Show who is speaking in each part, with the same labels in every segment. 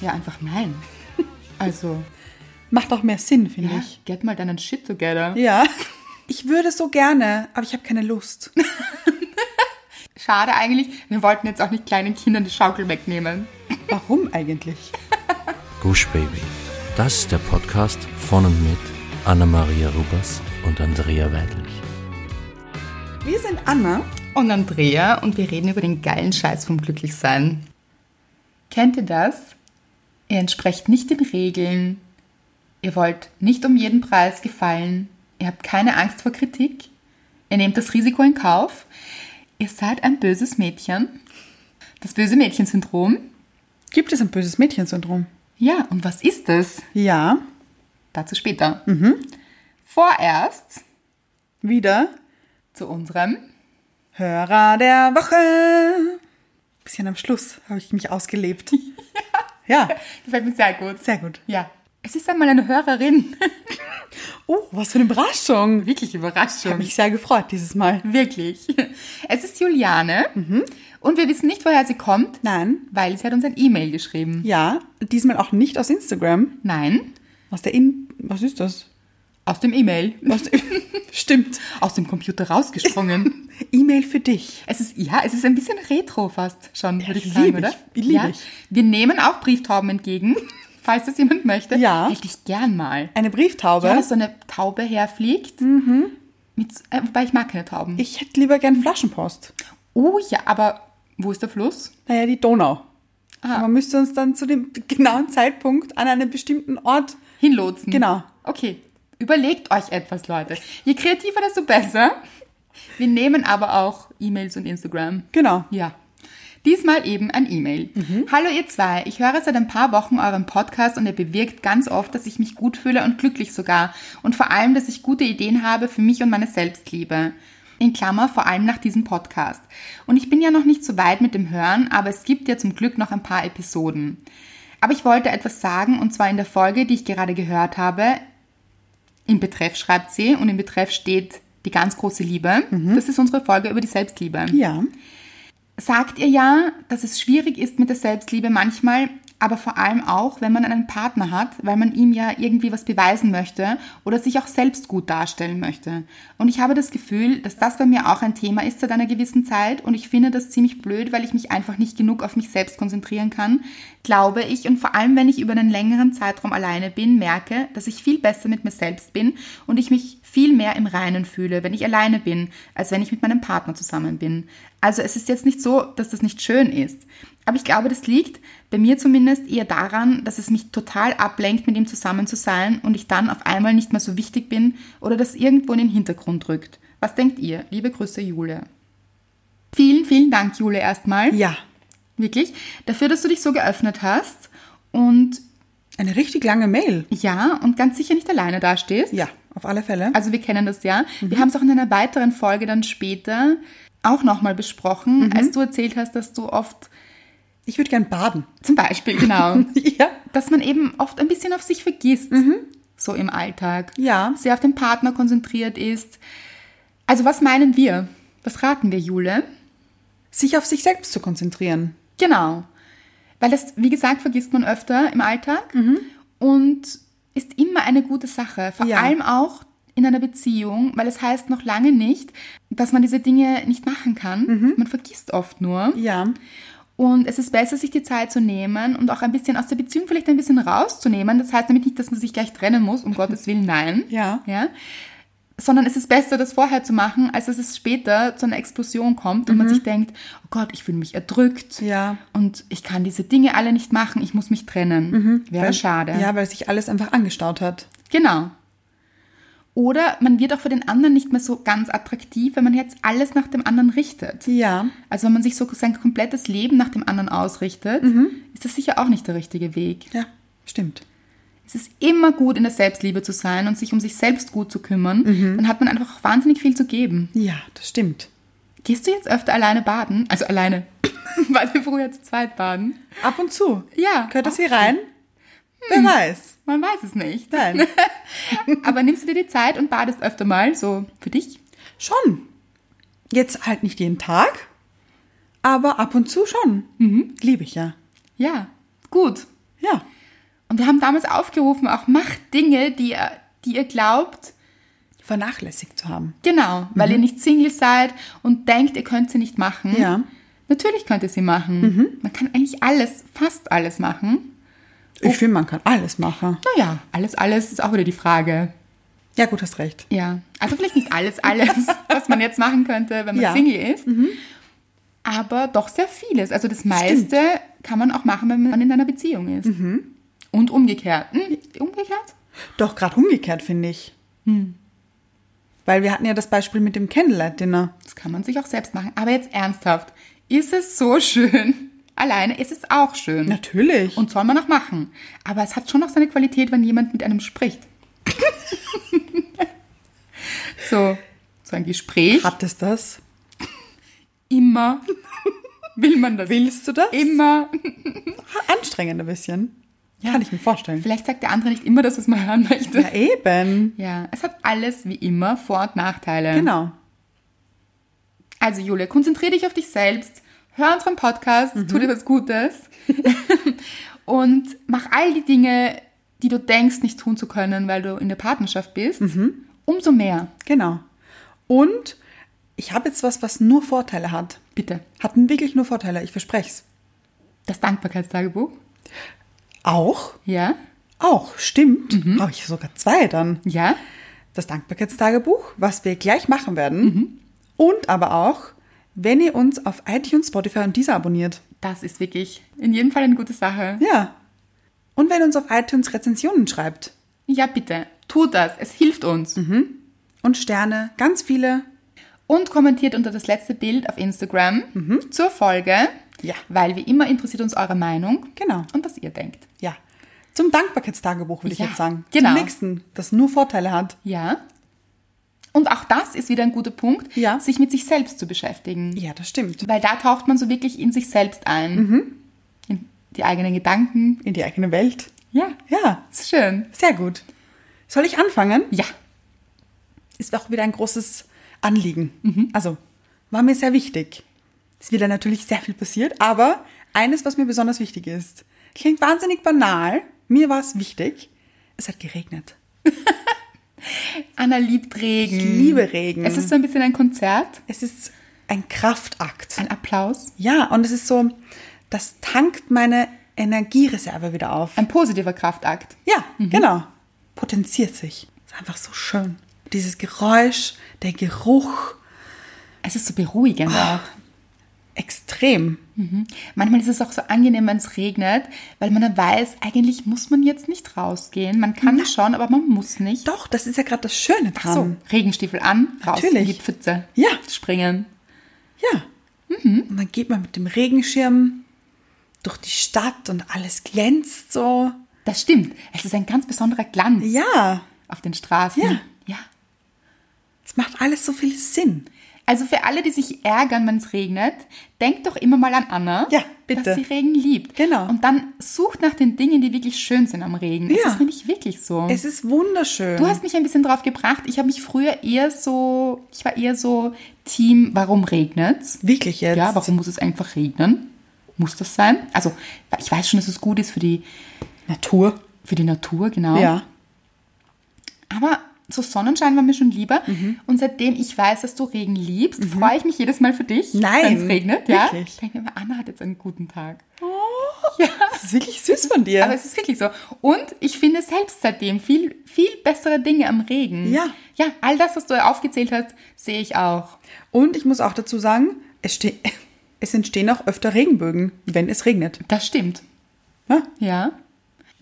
Speaker 1: Ja, einfach nein. Also,
Speaker 2: Macht auch mehr Sinn, finde
Speaker 1: ja,
Speaker 2: ich.
Speaker 1: get mal deinen Shit together.
Speaker 2: Ja. Ich würde so gerne, aber ich habe keine Lust.
Speaker 1: Schade eigentlich, wir wollten jetzt auch nicht kleinen Kindern die Schaukel wegnehmen.
Speaker 2: Warum eigentlich?
Speaker 3: Gush Baby. Das ist der Podcast von und mit Anna-Maria Rubers und Andrea Weidlich.
Speaker 2: Wir sind Anna.
Speaker 1: Und Andrea und wir reden über den geilen Scheiß vom Glücklichsein. Kennt ihr das? Ihr entsprecht nicht den Regeln. Ihr wollt nicht um jeden Preis gefallen. Ihr habt keine Angst vor Kritik. Ihr nehmt das Risiko in Kauf. Ihr seid ein böses Mädchen. Das böse Mädchen-Syndrom.
Speaker 2: Gibt es ein böses Mädchensyndrom?
Speaker 1: Ja, und was ist es?
Speaker 2: Ja.
Speaker 1: Dazu später.
Speaker 2: Mhm.
Speaker 1: Vorerst
Speaker 2: Wieder
Speaker 1: zu unserem
Speaker 2: Hörer der Woche. Bisschen am Schluss habe ich mich ausgelebt. ja,
Speaker 1: Gefällt mir sehr gut.
Speaker 2: sehr gut.
Speaker 1: Ja. Es ist einmal eine Hörerin.
Speaker 2: Oh, was für eine Überraschung.
Speaker 1: Wirklich Überraschung.
Speaker 2: Mich sehr gefreut dieses Mal.
Speaker 1: Wirklich. Es ist Juliane und wir wissen nicht, woher sie kommt,
Speaker 2: Mhm. Nein.
Speaker 1: weil sie hat uns ein E-Mail geschrieben.
Speaker 2: Ja, diesmal auch nicht aus Instagram.
Speaker 1: Nein,
Speaker 2: Aus der In... Was ist das?
Speaker 1: aus dem E-Mail.
Speaker 2: Aus Stimmt.
Speaker 1: Aus dem Computer rausgesprungen.
Speaker 2: E-Mail für dich.
Speaker 1: es ist, ja, es ist ein bisschen retro fast schon, würde ich
Speaker 2: liebe
Speaker 1: sagen,
Speaker 2: ich,
Speaker 1: oder?
Speaker 2: liebe
Speaker 1: ja.
Speaker 2: ich.
Speaker 1: Wir nehmen auch Brieftauben entgegen, falls das jemand möchte.
Speaker 2: Ja.
Speaker 1: Hätte ich gern mal.
Speaker 2: Eine Brieftaube.
Speaker 1: Ja, dass so eine Taube herfliegt. Mit, äh, wobei ich mag keine Tauben.
Speaker 2: Ich hätte lieber gern Flaschenpost.
Speaker 1: oh ja, aber wo ist der Fluss?
Speaker 2: Naja, die Donau.
Speaker 1: Ah.
Speaker 2: Man müsste uns dann zu dem genauen Zeitpunkt an einem bestimmten Ort.
Speaker 1: Hinlotsen.
Speaker 2: Genau.
Speaker 1: Okay. Überlegt euch etwas, Leute. Je kreativer, desto besser. Wir nehmen aber auch E-Mails und Instagram.
Speaker 2: Genau.
Speaker 1: Ja. Diesmal eben ein E-Mail. Hallo ihr zwei, ich höre seit ein paar Wochen euren Podcast und er bewirkt ganz oft, dass ich mich gut fühle und glücklich sogar und vor allem, dass ich gute Ideen habe für mich und meine Selbstliebe. In Klammer vor allem nach diesem Podcast. Und ich bin ja noch nicht so weit mit dem Hören, aber es gibt ja zum Glück noch ein paar Episoden. Aber ich wollte etwas sagen und zwar in der Folge, die ich gerade gehört habe, im Betreff schreibt sie und im Betreff steht die ganz große Liebe. Das ist unsere Folge über die Selbstliebe
Speaker 2: Ja.
Speaker 1: sagt ihr ja, dass es schwierig ist mit der Selbstliebe manchmal, aber vor allem auch, wenn man einen Partner hat, weil man ihm ja irgendwie was beweisen möchte oder sich auch selbst gut darstellen möchte. Und ich habe das Gefühl, dass das bei mir auch ein Thema ist seit einer gewissen Zeit und ich finde das ziemlich blöd, weil ich mich einfach nicht genug auf mich selbst konzentrieren kann, glaube ich, und vor allem, wenn ich über einen längeren Zeitraum alleine bin, merke, dass ich viel besser mit mir selbst bin und ich mich viel mehr im Reinen fühle, wenn ich alleine bin, als wenn ich mit meinem Partner zusammen bin. Also es ist jetzt nicht so, dass das nicht schön ist. Aber ich glaube, das liegt bei mir zumindest eher daran, dass es mich total ablenkt, mit ihm zusammen zu sein und ich dann auf einmal nicht mehr so wichtig bin oder das irgendwo in den Hintergrund rückt. Was denkt ihr? Liebe Grüße, Jule. Vielen, vielen Dank, Jule, erstmal.
Speaker 2: Ja.
Speaker 1: Wirklich. Dafür, dass du dich so geöffnet hast und
Speaker 2: Eine richtig lange Mail.
Speaker 1: ja, und ganz sicher nicht alleine dastehst.
Speaker 2: Ja, Mhm. auf alle Fälle.
Speaker 1: Also wir kennen das ja. Wir haben es auch in einer weiteren Folge dann später auch nochmal besprochen,
Speaker 2: Mhm.
Speaker 1: als du erzählt hast, dass du oft,
Speaker 2: Ich würde gern baden.
Speaker 1: zum Beispiel, genau,
Speaker 2: Ja.
Speaker 1: dass man eben oft ein bisschen auf sich vergisst, so im Alltag.
Speaker 2: Mhm. Ja.
Speaker 1: Sehr auf den Partner konzentriert ist. Also was meinen wir? Was raten wir, Jule?
Speaker 2: Sich auf sich selbst zu konzentrieren.
Speaker 1: Genau. Weil das, wie gesagt, vergisst man öfter im Alltag und ist immer eine gute Sache. Vor
Speaker 2: Ja.
Speaker 1: allem auch in einer Beziehung, weil es heißt noch lange nicht, dass man diese Dinge nicht machen kann. Man vergisst oft nur.
Speaker 2: Ja.
Speaker 1: Und es ist besser, sich die Zeit zu nehmen und auch ein bisschen aus der Beziehung vielleicht ein bisschen rauszunehmen. Das heißt nämlich nicht, dass man sich gleich trennen muss, um Gottes Willen, nein.
Speaker 2: Ja.
Speaker 1: ja. Sondern es ist besser, das vorher zu machen, als dass es später zu einer Explosion kommt und man sich denkt, oh Gott, ich fühle mich erdrückt
Speaker 2: Mhm. Ja.
Speaker 1: und ich kann diese Dinge alle nicht machen, ich muss mich trennen. Wäre
Speaker 2: Weil-
Speaker 1: schade.
Speaker 2: Mhm. Ja, weil sich alles einfach angestaut hat.
Speaker 1: Genau. Oder man wird auch für den anderen nicht mehr so ganz attraktiv, wenn man jetzt alles nach dem anderen richtet.
Speaker 2: Ja.
Speaker 1: Also wenn man sich so sein komplettes Leben nach dem anderen ausrichtet,
Speaker 2: Mhm.
Speaker 1: ist das sicher auch nicht der richtige Weg.
Speaker 2: Ja, stimmt.
Speaker 1: Es ist immer gut, in der Selbstliebe zu sein und sich um sich selbst gut zu kümmern.
Speaker 2: Mhm.
Speaker 1: Dann hat man einfach auch wahnsinnig viel zu geben.
Speaker 2: Ja, das stimmt.
Speaker 1: Gehst du jetzt öfter alleine baden? Also alleine, weil wir früher zu zweit baden.
Speaker 2: Ab und zu.
Speaker 1: Ja.
Speaker 2: Gehört das hier rein? Wer weiß.
Speaker 1: Man weiß es nicht.
Speaker 2: Nein.
Speaker 1: Aber nimmst du dir die Zeit und badest öfter mal, so für dich?
Speaker 2: Schon. Jetzt halt nicht jeden Tag, Mhm. aber ab und zu schon. Liebe ich ja.
Speaker 1: Ja, gut.
Speaker 2: Ja.
Speaker 1: Und wir haben damals aufgerufen, auch macht Dinge, die ihr, die ihr glaubt,
Speaker 2: Vernachlässigt zu haben.
Speaker 1: Genau, weil ihr nicht Single seid und denkt, ihr könnt sie nicht machen.
Speaker 2: Ja.
Speaker 1: Natürlich könnt ihr sie machen. Man kann eigentlich alles, fast alles machen.
Speaker 2: Ich finde, man kann alles machen.
Speaker 1: Naja, alles, alles ist auch wieder die Frage.
Speaker 2: Ja, gut, hast recht.
Speaker 1: Ja. Also vielleicht nicht alles, alles, was man jetzt machen könnte, wenn man
Speaker 2: Ja. Mhm.
Speaker 1: Single ist. Aber doch sehr vieles. Also das meiste kann man auch machen, wenn man in einer Beziehung ist.
Speaker 2: Mhm.
Speaker 1: Und umgekehrt. Hm, Umgekehrt?
Speaker 2: Doch gerade umgekehrt, finde ich. Hm. Weil wir hatten ja das Beispiel mit dem Candlelight-Dinner.
Speaker 1: Das kann man sich auch selbst machen. Aber jetzt ernsthaft. Ist es so schön? Alleine ist es auch schön.
Speaker 2: Natürlich.
Speaker 1: Und soll man auch machen. Aber es hat schon noch seine Qualität, wenn jemand mit einem spricht. so, so ein Gespräch.
Speaker 2: hat es das?
Speaker 1: immer will man das.
Speaker 2: Willst du das?
Speaker 1: Immer.
Speaker 2: Anstrengend ein bisschen. Kann ich mir vorstellen.
Speaker 1: Vielleicht sagt der andere nicht immer das, was man hören möchte.
Speaker 2: Ja, eben.
Speaker 1: Ja, es hat alles wie immer Vor- und Nachteile.
Speaker 2: Genau.
Speaker 1: Also, Julia, konzentriere dich auf dich selbst. Hör unseren Podcast, tu dir was Gutes. und mach all die Dinge, die du denkst, nicht tun zu können, weil du in der Partnerschaft bist. Umso mehr.
Speaker 2: Genau. Und ich habe jetzt was, was nur Vorteile hat.
Speaker 1: Bitte.
Speaker 2: Hatten wirklich nur Vorteile, ich verspreche es.
Speaker 1: Das Dankbarkeitstagebuch.
Speaker 2: Auch?
Speaker 1: Ja.
Speaker 2: Auch, stimmt.
Speaker 1: Mhm.
Speaker 2: Habe ich sogar zwei dann.
Speaker 1: Ja.
Speaker 2: Das Dankbarkeitstagebuch, was wir gleich machen werden.
Speaker 1: Mhm.
Speaker 2: Und aber auch, wenn ihr uns auf iTunes, Spotify und Deezer abonniert.
Speaker 1: Das ist wirklich in jedem Fall eine gute Sache.
Speaker 2: Ja. Und wenn ihr uns auf iTunes Rezensionen schreibt.
Speaker 1: Ja, bitte. Tu das. Es hilft uns.
Speaker 2: Und Sterne, ganz viele.
Speaker 1: Und kommentiert unter das letzte Bild auf Instagram zur Folge.
Speaker 2: Mhm. Ja.
Speaker 1: Weil wie immer interessiert uns eure Meinung.
Speaker 2: Genau.
Speaker 1: Und was ihr denkt.
Speaker 2: Ja. Zum Dankbarkeitstagebuch würde
Speaker 1: Ja,
Speaker 2: ich jetzt sagen.
Speaker 1: genau.
Speaker 2: Zum nächsten, das nur Vorteile hat.
Speaker 1: Ja. Und auch das ist wieder ein guter Punkt,
Speaker 2: Ja.
Speaker 1: sich mit sich selbst zu beschäftigen.
Speaker 2: Ja, das stimmt.
Speaker 1: Weil da taucht man so wirklich in sich selbst ein.
Speaker 2: Mhm.
Speaker 1: In die eigenen Gedanken.
Speaker 2: In die eigene Welt.
Speaker 1: Ja.
Speaker 2: Ja,
Speaker 1: Ist schön.
Speaker 2: sehr gut. Soll ich anfangen?
Speaker 1: Ja.
Speaker 2: Ist auch wieder ein großes Anliegen. Also, war mir sehr wichtig. Es wird ja natürlich sehr viel passiert, aber eines, was mir besonders wichtig ist. Klingt wahnsinnig banal. Mir war es wichtig. Es hat geregnet.
Speaker 1: Anna liebt Regen.
Speaker 2: Ich liebe Regen.
Speaker 1: Mm. Es ist so ein bisschen ein Konzert.
Speaker 2: es ist ein Kraftakt.
Speaker 1: Ein Applaus.
Speaker 2: Ja, und es ist so, das tankt meine Energiereserve wieder auf.
Speaker 1: Ein positiver Kraftakt.
Speaker 2: Ja, genau. Potenziert sich. Ist einfach so schön. Dieses Geräusch, der Geruch,
Speaker 1: Es ist so beruhigend
Speaker 2: Ah.
Speaker 1: auch.
Speaker 2: extrem.
Speaker 1: Mhm. Manchmal ist es auch so angenehm, wenn es regnet, weil man dann weiß, eigentlich muss man jetzt nicht rausgehen. Man kann schon, aber man muss nicht.
Speaker 2: Doch, das ist ja gerade das Schöne
Speaker 1: Ach so,
Speaker 2: dran.
Speaker 1: Regenstiefel an, raus in
Speaker 2: Natürlich.
Speaker 1: die Pfütze.
Speaker 2: Ja.
Speaker 1: Springen.
Speaker 2: Ja. Mhm. Und dann geht man mit dem Regenschirm durch die Stadt und alles glänzt so.
Speaker 1: Das stimmt. Es ist ein ganz besonderer Glanz
Speaker 2: Ja,
Speaker 1: auf den Straßen.
Speaker 2: Ja.
Speaker 1: ja.
Speaker 2: es macht alles so viel Sinn.
Speaker 1: Also für alle, die sich ärgern, wenn es regnet, denkt doch immer mal an Anna,
Speaker 2: Ja, bitte.
Speaker 1: dass sie Regen liebt.
Speaker 2: Genau.
Speaker 1: Und dann sucht nach den Dingen, die wirklich schön sind am Regen. Es
Speaker 2: Ja.
Speaker 1: ist nämlich wirklich so.
Speaker 2: Es ist wunderschön.
Speaker 1: Du hast mich ein bisschen drauf gebracht. Ich habe mich früher eher so, ich war eher so Team, warum regnet's?
Speaker 2: wirklich jetzt.
Speaker 1: Ja, warum muss es einfach regnen? Muss das sein? Also, ich weiß schon, dass es gut ist für die,
Speaker 2: Natur.
Speaker 1: für die Natur, genau.
Speaker 2: Ja.
Speaker 1: Aber so Sonnenschein war mir schon lieber.
Speaker 2: Mhm.
Speaker 1: Und seitdem ich weiß, dass du Regen liebst, freue ich mich jedes Mal für dich,
Speaker 2: Nein,
Speaker 1: wenn es regnet. Ja?
Speaker 2: wirklich?
Speaker 1: Ich denke mir immer, Anna hat jetzt einen guten Tag.
Speaker 2: Das ist wirklich süß von dir.
Speaker 1: Aber es ist wirklich so. Und ich finde selbst seitdem viel, viel bessere Dinge am Regen.
Speaker 2: Ja.
Speaker 1: Ja, all das, was du aufgezählt hast, sehe ich auch.
Speaker 2: Und ich muss auch dazu sagen, es, ste es entstehen auch öfter Regenbögen, wenn es regnet. Ne?
Speaker 1: Das stimmt.
Speaker 2: Ja.
Speaker 1: Ja.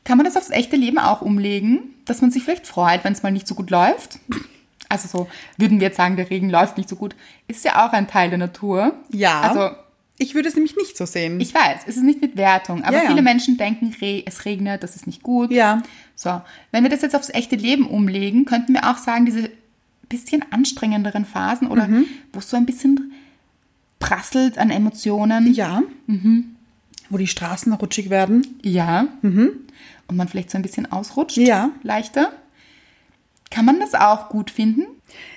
Speaker 1: Kann man das aufs echte Leben auch umlegen, dass man sich vielleicht freut, wenn es mal nicht so gut läuft? Also so würden wir jetzt sagen, der Regen läuft nicht so gut, ist ja auch ein Teil der Natur. Also
Speaker 2: Also, ich würde es nämlich nicht so sehen.
Speaker 1: ich weiß, es ist nicht mit Wertung, aber
Speaker 2: Ja, ja.
Speaker 1: viele Menschen denken, re es regnet, das ist nicht gut.
Speaker 2: Ja.
Speaker 1: So, wenn wir das jetzt aufs echte Leben umlegen, könnten wir auch sagen, diese bisschen anstrengenderen Phasen oder
Speaker 2: Mhm.
Speaker 1: wo es so ein bisschen prasselt an Emotionen.
Speaker 2: ja.
Speaker 1: Mhm.
Speaker 2: Wo die Straßen rutschig werden.
Speaker 1: Ja. Und man vielleicht so ein bisschen ausrutscht.
Speaker 2: Mhm. Ja.
Speaker 1: Leichter. Kann man das auch gut finden?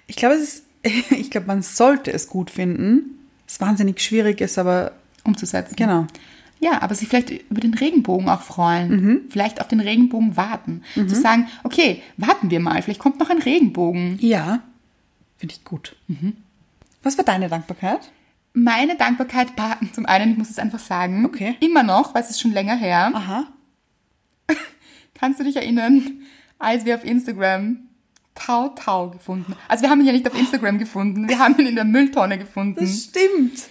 Speaker 2: Ich glaube, es ist, ich glaube, man sollte es gut finden. Es wahnsinnig schwierig ist, aber
Speaker 1: Umzusetzen.
Speaker 2: genau.
Speaker 1: Ja, aber sich vielleicht über den Regenbogen auch freuen.
Speaker 2: Mhm.
Speaker 1: Vielleicht auf den Regenbogen warten. Zu sagen, okay, warten wir mal, vielleicht kommt noch ein Regenbogen.
Speaker 2: Ja, finde ich gut.
Speaker 1: Mhm.
Speaker 2: Was war deine Dankbarkeit?
Speaker 1: Meine Dankbarkeit war zum einen, ich muss es einfach sagen,
Speaker 2: Okay.
Speaker 1: immer noch, weil es ist schon länger her.
Speaker 2: Aha.
Speaker 1: Kannst du dich erinnern, als wir auf Instagram Tau Tau gefunden haben? Also wir haben ihn ja nicht auf Instagram gefunden, wir haben ihn in der Mülltonne gefunden.
Speaker 2: stimmt.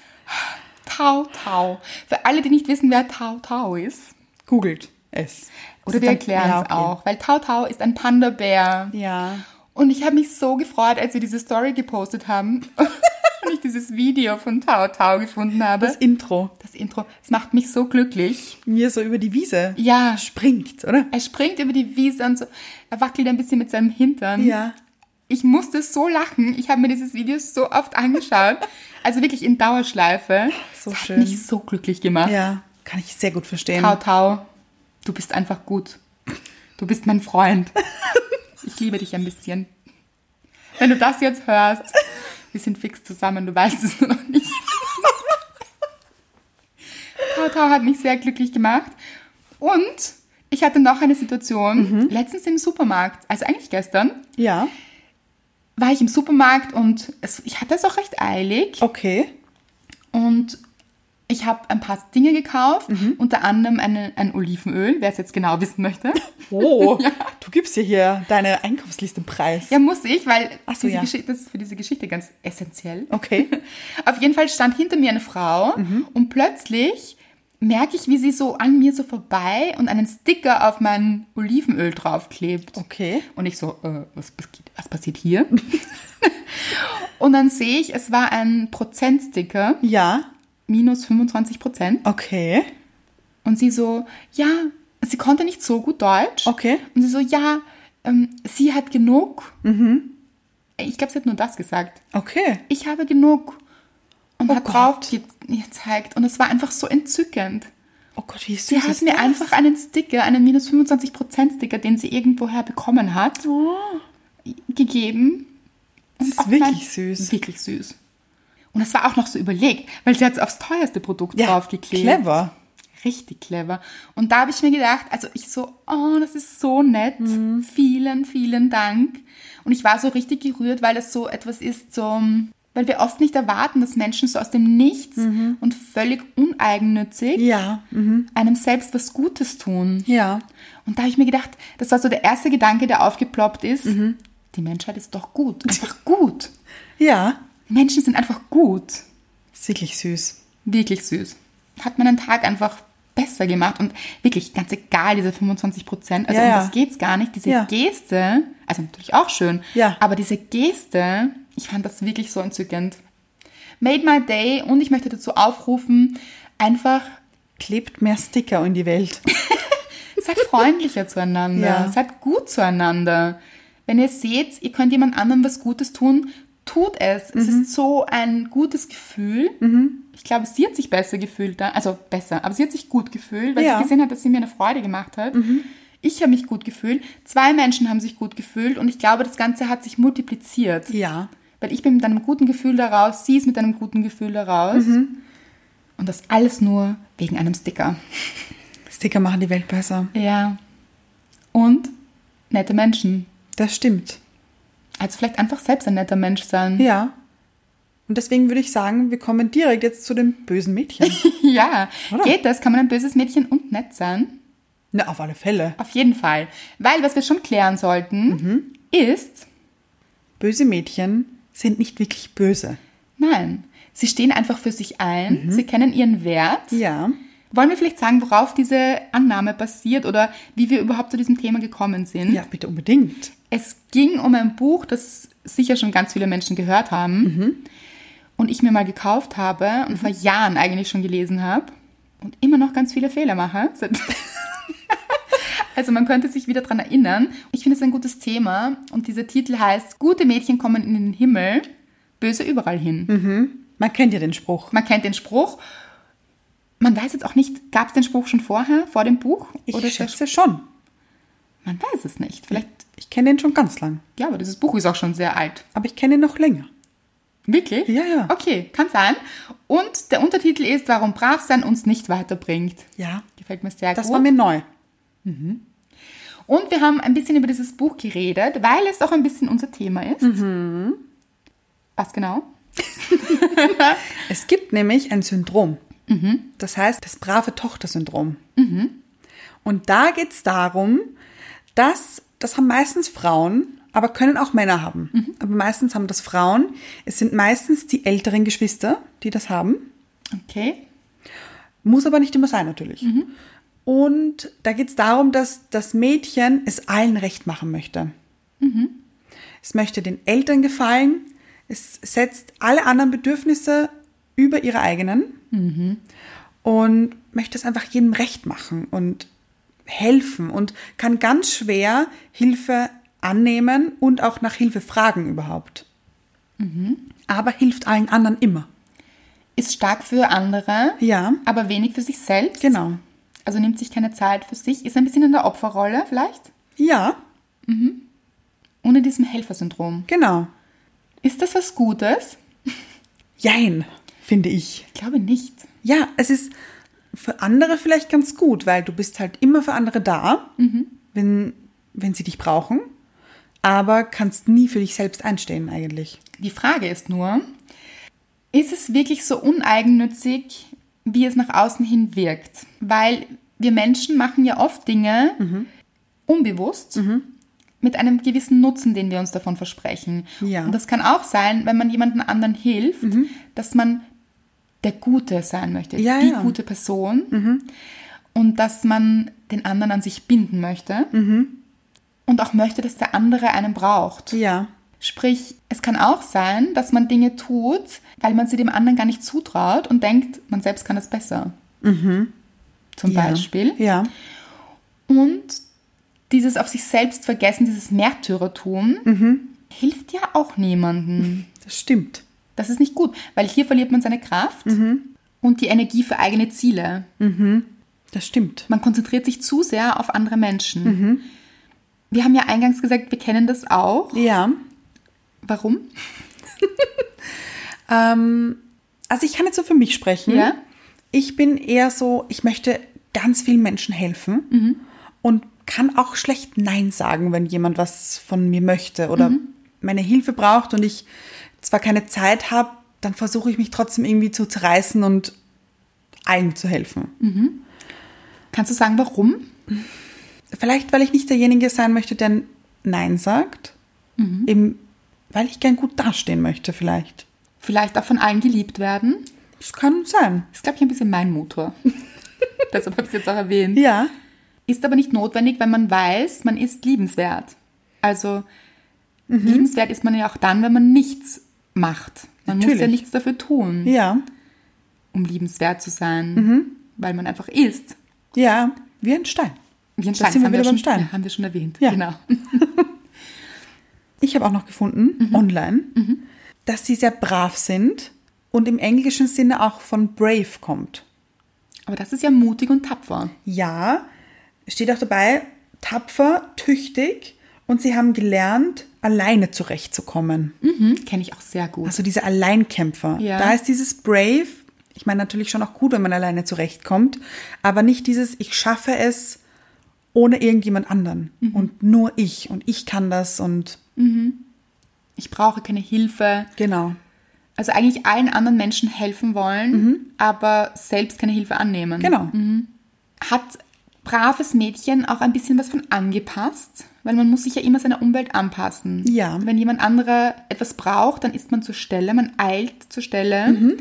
Speaker 1: Tau Tau. Für alle, die nicht wissen, wer Tau Tau ist.
Speaker 2: Googelt es.
Speaker 1: Oder wir erklären es auch, weil Tau Tau ist ein Panda-Bär.
Speaker 2: Ja.
Speaker 1: Und ich habe mich so gefreut, als wir diese Story gepostet haben und ich dieses Video von Tau Tau gefunden habe.
Speaker 2: Das Intro.
Speaker 1: das Intro, es macht mich so glücklich.
Speaker 2: Mir so über die Wiese
Speaker 1: Ja,
Speaker 2: springt, oder?
Speaker 1: er springt über die Wiese und so. Er wackelt ein bisschen mit seinem Hintern. Ich musste so lachen. Ich habe mir dieses Video so oft angeschaut. Also wirklich in Dauerschleife.
Speaker 2: So
Speaker 1: das
Speaker 2: schön.
Speaker 1: Hat mich so glücklich gemacht.
Speaker 2: Ja. Kann ich sehr gut verstehen.
Speaker 1: Tau Tau, du bist einfach gut. Du bist mein Freund. Ich liebe dich ein bisschen. Wenn du das jetzt hörst, wir sind fix zusammen, du weißt es nur noch nicht. Tau Tau hat mich sehr glücklich gemacht. Und ich hatte noch eine Situation, letztens im Supermarkt, also eigentlich gestern,
Speaker 2: Ja.
Speaker 1: war ich im Supermarkt und es, ich hatte es auch recht eilig.
Speaker 2: Okay.
Speaker 1: Und ich habe ein paar Dinge gekauft,
Speaker 2: Mhm.
Speaker 1: unter anderem eine, ein Olivenöl, wer es jetzt genau wissen möchte.
Speaker 2: Oh, du gibst ja hier deine Einkaufsliste preis.
Speaker 1: Ja, muss ich, weil
Speaker 2: Ach so,
Speaker 1: diese
Speaker 2: ja.
Speaker 1: Geschichte, das ist für diese Geschichte ganz essentiell.
Speaker 2: Okay.
Speaker 1: Auf jeden Fall stand hinter mir eine Frau
Speaker 2: Mhm.
Speaker 1: und plötzlich merke ich, wie sie so an mir so vorbei und einen Sticker auf mein Olivenöl draufklebt.
Speaker 2: Okay.
Speaker 1: Und ich so, äh, was, passiert- was passiert hier? und dann sehe ich, es war ein Prozentsticker,
Speaker 2: Ja.
Speaker 1: minus 25 Prozent.
Speaker 2: Okay.
Speaker 1: Und sie so, ja, sie konnte nicht so gut Deutsch.
Speaker 2: Okay.
Speaker 1: Und sie so, ja, ähm, sie hat genug.
Speaker 2: Mhm.
Speaker 1: Ich glaube, sie hat nur das gesagt.
Speaker 2: Okay.
Speaker 1: Ich habe genug. Und
Speaker 2: Oh
Speaker 1: hat
Speaker 2: Gott.
Speaker 1: drauf ge- gezeigt. Und es war einfach so entzückend.
Speaker 2: Oh Gott, wie süß
Speaker 1: Sie hat
Speaker 2: ist
Speaker 1: mir
Speaker 2: das?
Speaker 1: einfach einen Sticker, einen minus 25% Sticker, den sie irgendwoher bekommen hat, gegeben.
Speaker 2: Das Oh. ist
Speaker 1: Auf
Speaker 2: wirklich
Speaker 1: mein-
Speaker 2: süß.
Speaker 1: Wirklich süß. Und es war auch noch so überlegt, weil sie hat es aufs teuerste Produkt
Speaker 2: ja,
Speaker 1: draufgeklebt.
Speaker 2: clever.
Speaker 1: Richtig clever. Und da habe ich mir gedacht, also ich so, oh, das ist so nett. Vielen, vielen Dank. Und ich war so richtig gerührt, weil es so etwas ist, so, weil wir oft nicht erwarten, dass Menschen so aus dem Nichts und völlig uneigennützig
Speaker 2: Ja.
Speaker 1: einem selbst was Gutes tun.
Speaker 2: Ja.
Speaker 1: Und da habe ich mir gedacht, das war so der erste Gedanke, der aufgeploppt ist. Die Menschheit ist doch gut. Einfach gut.
Speaker 2: Ja.
Speaker 1: Die Menschen sind einfach gut.
Speaker 2: Ist wirklich süß.
Speaker 1: Wirklich süß. Hat meinen Tag einfach besser gemacht und wirklich ganz egal, diese 25 Prozent. Also
Speaker 2: Ja, ja.
Speaker 1: um das geht's gar nicht. Diese
Speaker 2: Ja.
Speaker 1: Geste, also natürlich auch schön,
Speaker 2: Ja.
Speaker 1: aber diese Geste, ich fand das wirklich so entzückend. Made my day und ich möchte dazu aufrufen, einfach
Speaker 2: Klebt mehr Sticker in die Welt.
Speaker 1: seid freundlicher zueinander,
Speaker 2: Ja.
Speaker 1: seid gut zueinander. Wenn ihr seht, ihr könnt jemand anderem was Gutes tun, tut es. Es
Speaker 2: Mhm.
Speaker 1: ist so ein gutes Gefühl. Ich glaube, sie hat sich besser gefühlt, da- also besser, aber sie hat sich gut gefühlt, weil
Speaker 2: Ja. Mhm.
Speaker 1: sie gesehen hat, dass sie mir eine Freude gemacht hat. Ich habe mich gut gefühlt, zwei Menschen haben sich gut gefühlt und ich glaube, das Ganze hat sich multipliziert.
Speaker 2: Ja.
Speaker 1: Weil ich bin mit einem guten Gefühl daraus, sie ist mit einem guten Gefühl daraus.
Speaker 2: Mhm.
Speaker 1: Und das alles nur wegen einem Sticker.
Speaker 2: Sticker machen die Welt besser.
Speaker 1: Ja. Und nette Menschen.
Speaker 2: Das stimmt.
Speaker 1: Also vielleicht einfach selbst ein netter Mensch sein.
Speaker 2: Ja. Und deswegen würde ich sagen, wir kommen direkt jetzt zu dem bösen Mädchen.
Speaker 1: Ja.
Speaker 2: Oder?
Speaker 1: Geht das? Kann man ein böses Mädchen und nett sein?
Speaker 2: Na, auf alle Fälle.
Speaker 1: Auf jeden Fall. Weil was wir schon klären sollten,
Speaker 2: Mhm.
Speaker 1: ist,
Speaker 2: Böse Mädchen sind nicht wirklich böse.
Speaker 1: nein, sie stehen einfach für sich ein, sie kennen ihren Wert.
Speaker 2: Mhm. Ja.
Speaker 1: Wollen wir vielleicht sagen, worauf diese Annahme basiert oder wie wir überhaupt zu diesem Thema gekommen sind?
Speaker 2: Ja, bitte unbedingt.
Speaker 1: Es ging um ein Buch, das sicher schon ganz viele Menschen gehört haben und ich mir mal gekauft habe und vor Jahren eigentlich schon gelesen habe und immer noch ganz viele Fehler mache. Seit- Also man könnte sich wieder dran erinnern. Ich finde es ein gutes Thema und dieser Titel heißt Gute Mädchen kommen in den Himmel, böse überall hin.
Speaker 2: Man kennt ja den Spruch.
Speaker 1: Man kennt den Spruch. Man weiß jetzt auch nicht, gab es den Spruch schon vorher, vor dem Buch?
Speaker 2: Ich
Speaker 1: ist der
Speaker 2: schätze schon.
Speaker 1: Spruch- man weiß es nicht. Vielleicht,
Speaker 2: Ich kenne den schon ganz lang.
Speaker 1: ja, aber dieses Buch ist auch schon sehr alt.
Speaker 2: Aber ich kenne ihn noch länger.
Speaker 1: Wirklich?
Speaker 2: Ja, ja.
Speaker 1: Okay, kann sein. Und der Untertitel ist, warum brav sein uns nicht weiterbringt.
Speaker 2: Ja.
Speaker 1: Gefällt mir sehr
Speaker 2: Das
Speaker 1: gut.
Speaker 2: war mir neu.
Speaker 1: Und wir haben ein bisschen über dieses Buch geredet, weil es auch ein bisschen unser Thema ist.
Speaker 2: Mhm.
Speaker 1: Was genau?
Speaker 2: Es gibt nämlich ein Syndrom. Das heißt das brave Tochter-Syndrom. Und da geht es darum, dass, das haben meistens Frauen, aber können auch Männer haben. Aber meistens haben das Frauen. Es sind meistens die älteren Geschwister, die das haben.
Speaker 1: Okay.
Speaker 2: Muss aber nicht immer sein, natürlich. Und da geht es darum, dass das Mädchen es allen recht machen möchte. Es möchte den Eltern gefallen. Es setzt alle anderen Bedürfnisse über ihre eigenen. Und möchte es einfach jedem recht machen und helfen und kann ganz schwer Hilfe annehmen und auch nach Hilfe fragen überhaupt. Aber hilft allen anderen immer.
Speaker 1: Ist stark für andere,
Speaker 2: Ja.
Speaker 1: aber wenig für sich selbst.
Speaker 2: Genau.
Speaker 1: Also nimmt sich keine Zeit für sich, ist ein bisschen in der Opferrolle vielleicht
Speaker 2: Ja,
Speaker 1: und in diesem Helfersyndrom.
Speaker 2: genau.
Speaker 1: Ist das was Gutes?
Speaker 2: Jein, finde ich.
Speaker 1: Ich glaube nicht.
Speaker 2: Ja, es ist für andere vielleicht ganz gut, weil du bist halt immer für andere da, wenn, wenn sie dich brauchen, aber kannst nie für dich selbst einstehen eigentlich.
Speaker 1: Die Frage ist nur, ist es wirklich so uneigennützig, wie es nach außen hin wirkt? Weil wir Menschen machen ja oft Dinge
Speaker 2: Mhm.
Speaker 1: unbewusst mit einem gewissen Nutzen, den wir uns davon versprechen.
Speaker 2: Ja. Mhm.
Speaker 1: Und das kann auch sein, wenn man jemanden anderen hilft, dass man der Gute sein möchte,
Speaker 2: Ja,
Speaker 1: die
Speaker 2: ja. Mhm.
Speaker 1: gute Person und dass man den anderen an sich binden möchte
Speaker 2: Mhm.
Speaker 1: und auch möchte, dass der andere einen braucht.
Speaker 2: Ja,
Speaker 1: Sprich, es kann auch sein, dass man Dinge tut, weil man sie dem anderen gar nicht zutraut und denkt, man selbst kann das besser. Zum
Speaker 2: Mhm. ja.
Speaker 1: Beispiel.
Speaker 2: Ja,
Speaker 1: Und dieses auf sich selbst vergessen, dieses Märtyrertum,
Speaker 2: Mhm.
Speaker 1: hilft ja auch niemandem.
Speaker 2: das stimmt.
Speaker 1: Das ist nicht gut, weil hier verliert man seine Kraft
Speaker 2: Mhm.
Speaker 1: und die Energie für eigene Ziele.
Speaker 2: Das stimmt.
Speaker 1: Man konzentriert sich zu sehr auf andere Menschen.
Speaker 2: Mhm.
Speaker 1: Wir haben ja eingangs gesagt, wir kennen das auch.
Speaker 2: Ja,
Speaker 1: Warum?
Speaker 2: ähm, also ich kann jetzt so für mich sprechen.
Speaker 1: Ja.
Speaker 2: Ich bin eher so, ich möchte ganz vielen Menschen helfen und kann auch schlecht Nein sagen, wenn jemand was von mir möchte oder meine Hilfe braucht und ich zwar keine Zeit habe, dann versuche ich mich trotzdem irgendwie zu zerreißen und allen zu helfen.
Speaker 1: Kannst du sagen, warum?
Speaker 2: Vielleicht, weil ich nicht derjenige sein möchte, der Nein sagt, eben weil ich gern gut dastehen möchte, vielleicht.
Speaker 1: Vielleicht auch von allen geliebt werden.
Speaker 2: Das kann sein.
Speaker 1: Ist, glaube ich, ein bisschen mein Motor. Deshalb habe ich es jetzt auch erwähnt.
Speaker 2: Ja.
Speaker 1: Ist aber nicht notwendig, wenn man weiß, man ist liebenswert. Also
Speaker 2: Mhm.
Speaker 1: liebenswert ist man ja auch dann, wenn man nichts macht. Man muss
Speaker 2: Natürlich.
Speaker 1: ja nichts dafür tun,
Speaker 2: Ja. Mhm.
Speaker 1: um liebenswert zu sein, weil man einfach ist.
Speaker 2: Ja. Wie ein Stein.
Speaker 1: Wie ein
Speaker 2: Da sind wir
Speaker 1: haben
Speaker 2: wieder
Speaker 1: schon,
Speaker 2: beim Stein.
Speaker 1: Ja, haben wir schon erwähnt.
Speaker 2: Ja.
Speaker 1: Genau.
Speaker 2: Ich habe auch noch gefunden,
Speaker 1: Mhm.
Speaker 2: online, dass sie sehr brav sind und im englischen Sinne auch von brave kommt.
Speaker 1: Aber das ist ja mutig und tapfer.
Speaker 2: Ja, steht auch dabei, tapfer, tüchtig und sie haben gelernt, alleine zurechtzukommen.
Speaker 1: Mhm. Kenne ich auch sehr gut.
Speaker 2: Also diese Alleinkämpfer.
Speaker 1: Ja.
Speaker 2: Da ist dieses brave, ich meine natürlich schon auch gut, wenn man alleine zurechtkommt, aber nicht dieses, ich schaffe es ohne irgendjemand anderen
Speaker 1: Mhm.
Speaker 2: und nur ich und ich kann das und
Speaker 1: Ich brauche keine Hilfe.
Speaker 2: genau.
Speaker 1: Also eigentlich allen anderen Menschen helfen wollen, aber selbst keine Hilfe annehmen.
Speaker 2: Mhm. Genau.
Speaker 1: Hat braves Mädchen auch ein bisschen was von angepasst? Weil man muss sich ja immer seiner Umwelt anpassen.
Speaker 2: Ja.
Speaker 1: Wenn jemand anderer etwas braucht, dann ist man zur Stelle, man eilt zur Stelle.
Speaker 2: Mhm.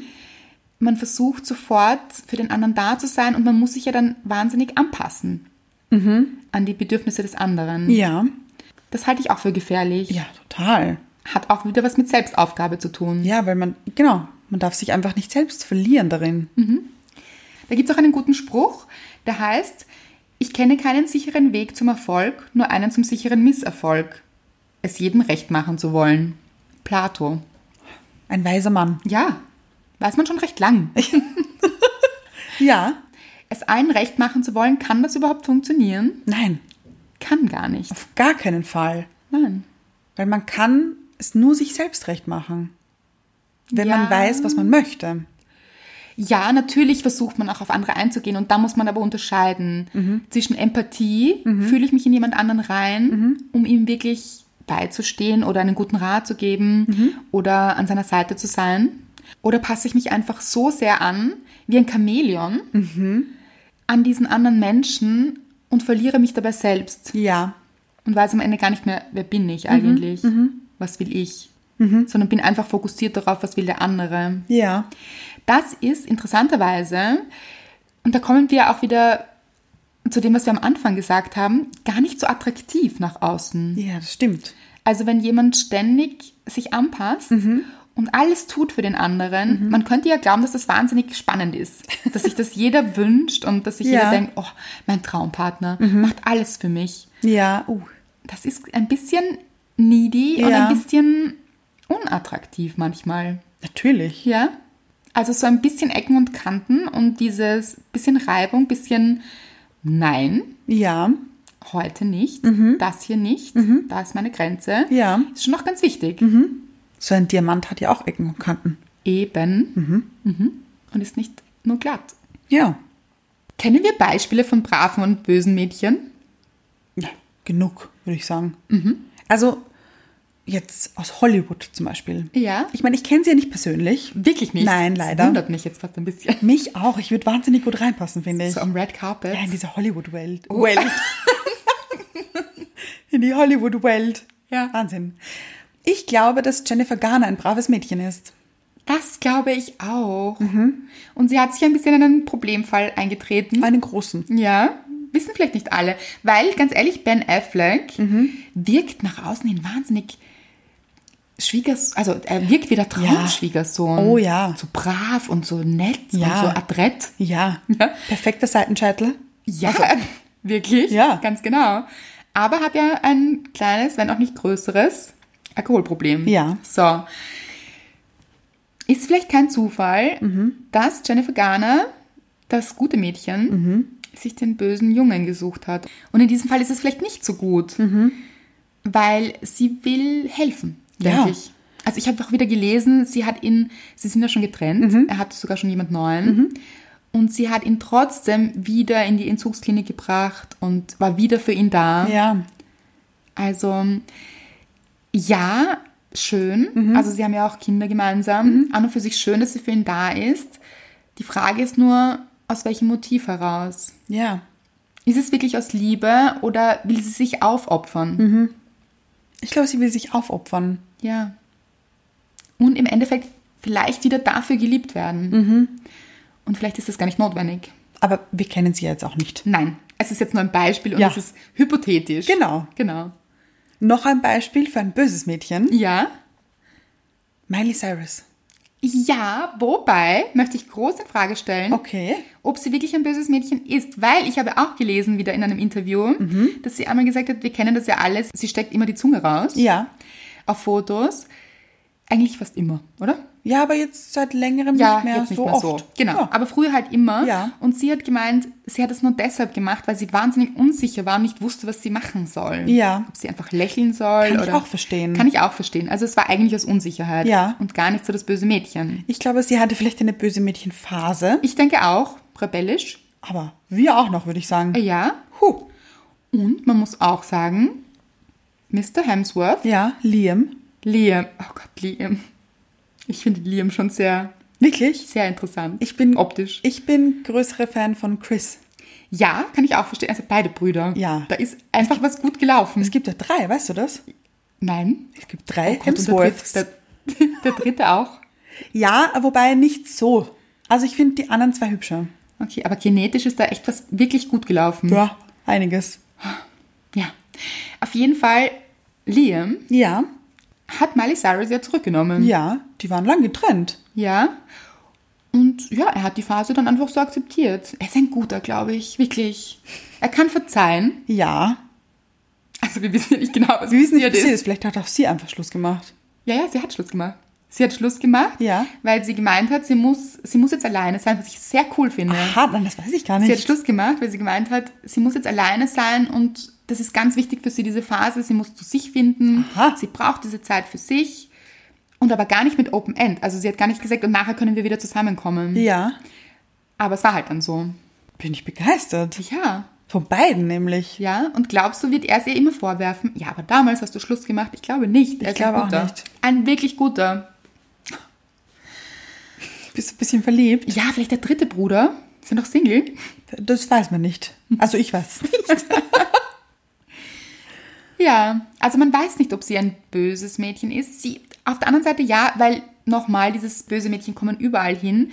Speaker 1: Man versucht sofort für den anderen da zu sein und man muss sich ja dann wahnsinnig anpassen an die Bedürfnisse des anderen.
Speaker 2: Mhm. Ja.
Speaker 1: Das halte ich auch für gefährlich.
Speaker 2: Ja, total.
Speaker 1: Hat auch wieder was mit Selbstaufgabe zu tun.
Speaker 2: Ja, weil man, genau, man darf sich einfach nicht selbst verlieren darin.
Speaker 1: Da gibt es auch einen guten Spruch, der heißt, ich kenne keinen sicheren Weg zum Erfolg, nur einen zum sicheren Misserfolg. Es jedem recht machen zu wollen. Plato.
Speaker 2: Ein weiser Mann.
Speaker 1: Ja, weiß man schon recht lang.
Speaker 2: Ja.
Speaker 1: Es allen recht machen zu wollen, kann das überhaupt funktionieren?
Speaker 2: Nein,
Speaker 1: Kann gar nicht.
Speaker 2: auf gar keinen Fall.
Speaker 1: Nein.
Speaker 2: Weil man kann es nur sich selbst recht machen. Wenn
Speaker 1: Ja.
Speaker 2: man weiß, was man möchte.
Speaker 1: Ja, natürlich versucht man auch auf andere einzugehen und da muss man aber unterscheiden zwischen Empathie, fühle ich mich in jemand anderen rein, um ihm wirklich beizustehen oder einen guten Rat zu geben oder an seiner Seite zu sein. Oder passe ich mich einfach so sehr an, wie ein Chamäleon, an diesen anderen Menschen und verliere mich dabei selbst
Speaker 2: Ja.
Speaker 1: und weiß am Ende gar nicht mehr, wer bin ich eigentlich, was will ich, sondern bin einfach fokussiert darauf, was will der andere.
Speaker 2: Ja.
Speaker 1: Das ist interessanterweise, und da kommen wir auch wieder zu dem, was wir am Anfang gesagt haben, gar nicht so attraktiv nach außen.
Speaker 2: Ja, das stimmt.
Speaker 1: Also wenn jemand ständig sich anpasst
Speaker 2: Mhm.
Speaker 1: und alles tut für den anderen, man könnte ja glauben, dass das wahnsinnig spannend ist, dass sich das jeder wünscht und dass sich
Speaker 2: Ja. Mhm.
Speaker 1: jeder denkt, oh, mein Traumpartner macht alles für mich
Speaker 2: Ja, uh.
Speaker 1: das ist ein bisschen needy und
Speaker 2: Ja.
Speaker 1: ein bisschen unattraktiv manchmal.
Speaker 2: Natürlich.
Speaker 1: Ja? Also so ein bisschen Ecken und Kanten und dieses bisschen Reibung, bisschen Nein,
Speaker 2: Ja.
Speaker 1: heute nicht, das hier nicht, da ist meine Grenze.
Speaker 2: Mhm. Ja. Mhm.
Speaker 1: Ist schon noch ganz wichtig.
Speaker 2: So ein Diamant hat ja auch Ecken und Kanten.
Speaker 1: Eben. Mhm. Und ist nicht nur glatt.
Speaker 2: Ja.
Speaker 1: Kennen wir Beispiele von braven und bösen Mädchen?
Speaker 2: Ja, genug, würde ich sagen. Also, jetzt aus Hollywood zum Beispiel.
Speaker 1: Ja.
Speaker 2: Ich meine, ich kenne sie ja nicht persönlich.
Speaker 1: Wirklich nicht.
Speaker 2: Nein,
Speaker 1: Das
Speaker 2: leider.
Speaker 1: wundert mich jetzt fast ein bisschen.
Speaker 2: Mich auch. Ich würde wahnsinnig gut reinpassen, finde ich.
Speaker 1: So am Red Carpet.
Speaker 2: Ja, in diese Hollywood-Welt. Welt. in die Hollywood-Welt.
Speaker 1: Ja.
Speaker 2: Wahnsinn. Ich glaube, dass Jennifer Garner ein braves Mädchen ist.
Speaker 1: Das glaube ich auch.
Speaker 2: Mhm.
Speaker 1: Und sie hat sich ein bisschen in einen Problemfall eingetreten.
Speaker 2: Einen großen.
Speaker 1: Ja, wissen vielleicht nicht alle. Weil, ganz ehrlich, Ben Affleck
Speaker 2: Mhm.
Speaker 1: wirkt nach außen hin wahnsinnig Schwiegers... Also, er wirkt wie der Traumschwiegersohn.
Speaker 2: Oh ja.
Speaker 1: So brav und so nett und
Speaker 2: Ja.
Speaker 1: so adrett.
Speaker 2: Ja.
Speaker 1: Ja.
Speaker 2: Perfekter Seitenscheitel.
Speaker 1: Ja, Also, wirklich.
Speaker 2: Ja.
Speaker 1: Ganz genau. Aber hat ja ein kleines, wenn auch nicht größeres Alkoholproblem.
Speaker 2: Ja.
Speaker 1: So. Ist vielleicht kein Zufall,
Speaker 2: Mhm.
Speaker 1: dass Jennifer Garner, das gute Mädchen,
Speaker 2: Mhm.
Speaker 1: sich den bösen Jungen gesucht hat. Und in diesem Fall ist es vielleicht nicht so gut,
Speaker 2: Mhm.
Speaker 1: weil sie will helfen, denke
Speaker 2: Ja.
Speaker 1: ich. Also ich habe auch wieder gelesen, sie hat ihn, sie sind ja schon getrennt,
Speaker 2: Mhm.
Speaker 1: er hatte sogar schon jemand Neuen. Und sie hat ihn trotzdem wieder in die Entzugsklinik gebracht und war wieder für ihn da.
Speaker 2: Ja.
Speaker 1: Also ja, schön.
Speaker 2: Mhm.
Speaker 1: Also sie haben ja auch Kinder gemeinsam. An und für sich schön, dass sie für ihn da ist. Die Frage ist nur, aus welchem Motiv heraus?
Speaker 2: Ja.
Speaker 1: Ist es wirklich aus Liebe oder will sie sich aufopfern?
Speaker 2: Mhm. Ich glaube, sie will sich aufopfern.
Speaker 1: Ja. Und im Endeffekt vielleicht wieder dafür geliebt werden.
Speaker 2: Mhm.
Speaker 1: Und vielleicht ist das gar nicht notwendig.
Speaker 2: Aber wir kennen sie ja jetzt auch nicht.
Speaker 1: Nein, es ist jetzt nur ein Beispiel und
Speaker 2: Ja.
Speaker 1: es ist hypothetisch.
Speaker 2: Genau.
Speaker 1: Genau.
Speaker 2: Noch ein Beispiel für ein böses Mädchen.
Speaker 1: Ja.
Speaker 2: Miley Cyrus.
Speaker 1: Ja, wobei möchte ich groß in Frage stellen,
Speaker 2: Okay.
Speaker 1: ob sie wirklich ein böses Mädchen ist, weil ich habe auch gelesen, wieder in einem Interview,
Speaker 2: Mhm.
Speaker 1: dass sie einmal gesagt hat, wir kennen das ja alles, sie steckt immer die Zunge raus
Speaker 2: Ja.
Speaker 1: auf Fotos. Eigentlich fast immer, oder?
Speaker 2: Ja, aber jetzt seit längerem nicht mehr so oft.
Speaker 1: Genau,
Speaker 2: Ja.
Speaker 1: aber früher halt immer.
Speaker 2: Ja.
Speaker 1: Und sie hat gemeint, sie hat es nur deshalb gemacht, weil sie wahnsinnig unsicher war und nicht wusste, was sie machen soll.
Speaker 2: Ja.
Speaker 1: Ob sie einfach lächeln soll.
Speaker 2: Kann ich
Speaker 1: oder
Speaker 2: auch verstehen.
Speaker 1: Kann ich auch verstehen. Also es war eigentlich aus Unsicherheit
Speaker 2: Ja.
Speaker 1: und gar nicht so das böse Mädchen.
Speaker 2: Ich glaube, sie hatte vielleicht eine böse Mädchenphase.
Speaker 1: Ich denke auch, rebellisch, äh,
Speaker 2: Aber wir auch noch, würde ich sagen.
Speaker 1: ja.
Speaker 2: Huh.
Speaker 1: Und man muss auch sagen, Mr. Hemsworth,
Speaker 2: Ja, Liam.
Speaker 1: Liam, oh Gott, Liam. Ich finde Liam schon sehr,
Speaker 2: Wirklich?
Speaker 1: sehr interessant.
Speaker 2: Ich bin
Speaker 1: optisch.
Speaker 2: Ich bin größere Fan von Chris.
Speaker 1: Ja, kann ich auch verstehen. Also beide Brüder.
Speaker 2: Ja.
Speaker 1: Da ist einfach was gut gelaufen.
Speaker 2: Es gibt ja drei, weißt du das? Oh
Speaker 1: Nein.
Speaker 2: Es gibt drei
Speaker 1: Gott, und der,
Speaker 2: Hemsworths.
Speaker 1: dritte, der, der dritte auch.
Speaker 2: Ja, wobei nicht so. Also ich finde die anderen zwei hübscher.
Speaker 1: Mhm. Okay, aber genetisch ist da echt was wirklich gut gelaufen.
Speaker 2: Ja, einiges.
Speaker 1: Ja. Auf jeden Fall, Liam
Speaker 2: Ja,
Speaker 1: hat Miley Cyrus ja zurückgenommen.
Speaker 2: ja, die waren lang getrennt.
Speaker 1: Ja. Und ja, er hat die Phase dann einfach so akzeptiert. Er ist ein guter, glaube ich. Wirklich. Er kann verzeihen.
Speaker 2: Ja.
Speaker 1: Also wir wissen ja nicht genau, was
Speaker 2: Wir wissen
Speaker 1: passiert
Speaker 2: nicht, was
Speaker 1: ist.
Speaker 2: passiert ist. Vielleicht hat auch sie einfach Schluss gemacht.
Speaker 1: Ja, ja, sie hat Schluss gemacht. Sie hat Schluss gemacht,
Speaker 2: Ja.
Speaker 1: weil sie gemeint hat, sie muss, sie muss jetzt alleine sein, was ich sehr cool finde.
Speaker 2: Aha, nein, das weiß ich gar
Speaker 1: sie hat
Speaker 2: nicht.
Speaker 1: Schluss gemacht, weil sie gemeint hat, sie muss jetzt alleine sein und das ist ganz wichtig für sie, diese Phase. Sie muss zu sich finden.
Speaker 2: Aha.
Speaker 1: Sie braucht diese Zeit für sich. Und aber gar nicht mit Open End. Also sie hat gar nicht gesagt, und nachher können wir wieder zusammenkommen.
Speaker 2: Ja.
Speaker 1: Aber es war halt dann so.
Speaker 2: Bin ich begeistert.
Speaker 1: Ja.
Speaker 2: Von beiden nämlich.
Speaker 1: Ja, und glaubst du, wird er es ihr immer vorwerfen? Ja, aber damals hast du Schluss gemacht. Ich glaube nicht. Er
Speaker 2: Ich
Speaker 1: ist ein
Speaker 2: glaube auch
Speaker 1: guter.
Speaker 2: nicht.
Speaker 1: Ein wirklich guter.
Speaker 2: Bist du ein bisschen verliebt?
Speaker 1: Ja, vielleicht der dritte Bruder. Ist er noch Single?
Speaker 2: Das weiß man nicht. Also ich weiß.
Speaker 1: Ja, also man weiß nicht, ob sie ein böses Mädchen ist. Sie, auf der anderen Seite ja, weil nochmal, dieses böse Mädchen kommen überall hin.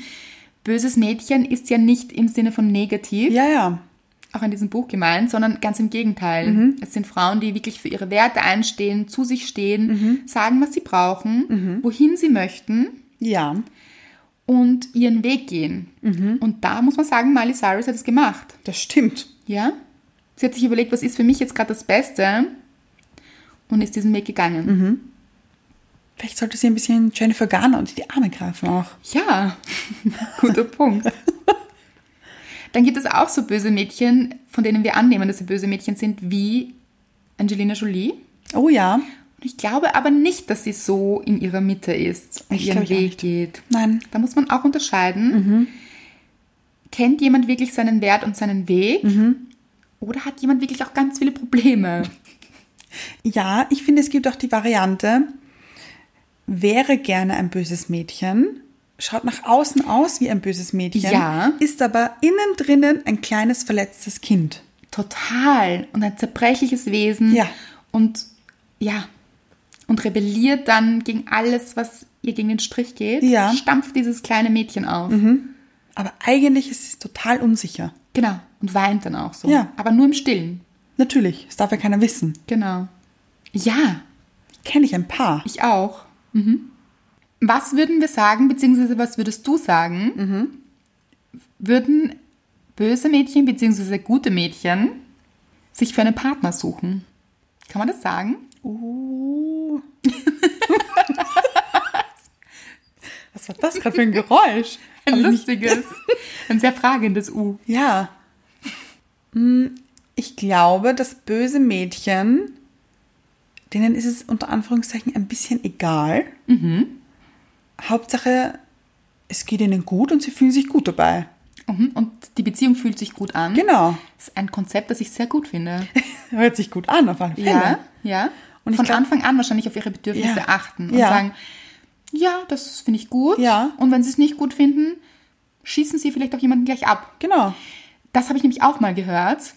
Speaker 1: Böses Mädchen ist ja nicht im Sinne von negativ,
Speaker 2: ja, ja.
Speaker 1: auch in diesem Buch gemeint, sondern ganz im Gegenteil.
Speaker 2: Mhm.
Speaker 1: Es sind Frauen, die wirklich für ihre Werte einstehen, zu sich stehen,
Speaker 2: Mhm.
Speaker 1: sagen, was sie brauchen, wohin sie möchten
Speaker 2: Ja.
Speaker 1: und ihren Weg gehen.
Speaker 2: Mhm.
Speaker 1: Und da muss man sagen, Miley Cyrus hat es gemacht.
Speaker 2: Das stimmt.
Speaker 1: Ja? Sie hat sich überlegt, was ist für mich jetzt gerade das Beste und ist diesen Weg gegangen.
Speaker 2: Mhm. Vielleicht sollte sie ein bisschen Jennifer Garner unter die Arme greifen auch.
Speaker 1: Ja, guter Punkt. Dann gibt es auch so böse Mädchen, von denen wir annehmen, dass sie böse Mädchen sind, wie Angelina Jolie.
Speaker 2: Oh ja.
Speaker 1: Und ich glaube aber nicht, dass sie so in ihrer Mitte ist und
Speaker 2: Ich glaub,
Speaker 1: ihren
Speaker 2: ich auch
Speaker 1: Weg
Speaker 2: nicht.
Speaker 1: geht.
Speaker 2: Nein.
Speaker 1: Da muss man auch unterscheiden.
Speaker 2: Mhm.
Speaker 1: Kennt jemand wirklich seinen Wert und seinen Weg?
Speaker 2: Mhm.
Speaker 1: Oder hat jemand wirklich auch ganz viele Probleme?
Speaker 2: Ja, ich finde, es gibt auch die Variante, wäre gerne ein böses Mädchen, schaut nach außen aus wie ein böses Mädchen,
Speaker 1: Ja.
Speaker 2: ist aber innen drinnen ein kleines verletztes Kind.
Speaker 1: Total. Und ein zerbrechliches Wesen.
Speaker 2: Ja.
Speaker 1: Und ja. Und rebelliert dann gegen alles, was ihr gegen den Strich geht.
Speaker 2: Ja. Mhm.
Speaker 1: Stampft dieses kleine Mädchen auf.
Speaker 2: Aber eigentlich ist es total unsicher.
Speaker 1: Genau. Und weint dann auch so.
Speaker 2: Ja.
Speaker 1: Aber nur im Stillen.
Speaker 2: Natürlich, das darf ja keiner wissen.
Speaker 1: Genau. Ja,
Speaker 2: Kenne ich ein paar.
Speaker 1: ich auch. Mhm. Was würden wir sagen, beziehungsweise was würdest du sagen? Würden böse Mädchen, beziehungsweise gute Mädchen sich für einen Partner suchen? Kann man das sagen?
Speaker 2: Uh. Was war das gerade für ein Geräusch?
Speaker 1: Ein
Speaker 2: Hab ich mich-
Speaker 1: lustiges, ein sehr fragendes U.
Speaker 2: Ja. Hm, Ich glaube, dass böse Mädchen, denen ist es unter Anführungszeichen ein bisschen egal. Mhm. Hauptsache, es geht ihnen gut und sie fühlen sich gut dabei.
Speaker 1: Mhm, Und die Beziehung fühlt sich gut an.
Speaker 2: Genau.
Speaker 1: Das ist ein Konzept, das ich sehr gut finde.
Speaker 2: Hört sich gut an, auf alle Fälle.
Speaker 1: Ja, ja. Und
Speaker 2: Und ich
Speaker 1: von
Speaker 2: glaub-
Speaker 1: Anfang an wahrscheinlich auf ihre Bedürfnisse
Speaker 2: Ja.
Speaker 1: achten und
Speaker 2: Ja.
Speaker 1: sagen, ja, das finde ich gut.
Speaker 2: Ja.
Speaker 1: Und wenn sie es nicht gut finden, schießen sie vielleicht auch jemanden gleich ab.
Speaker 2: Genau.
Speaker 1: Das habe ich nämlich auch mal gehört.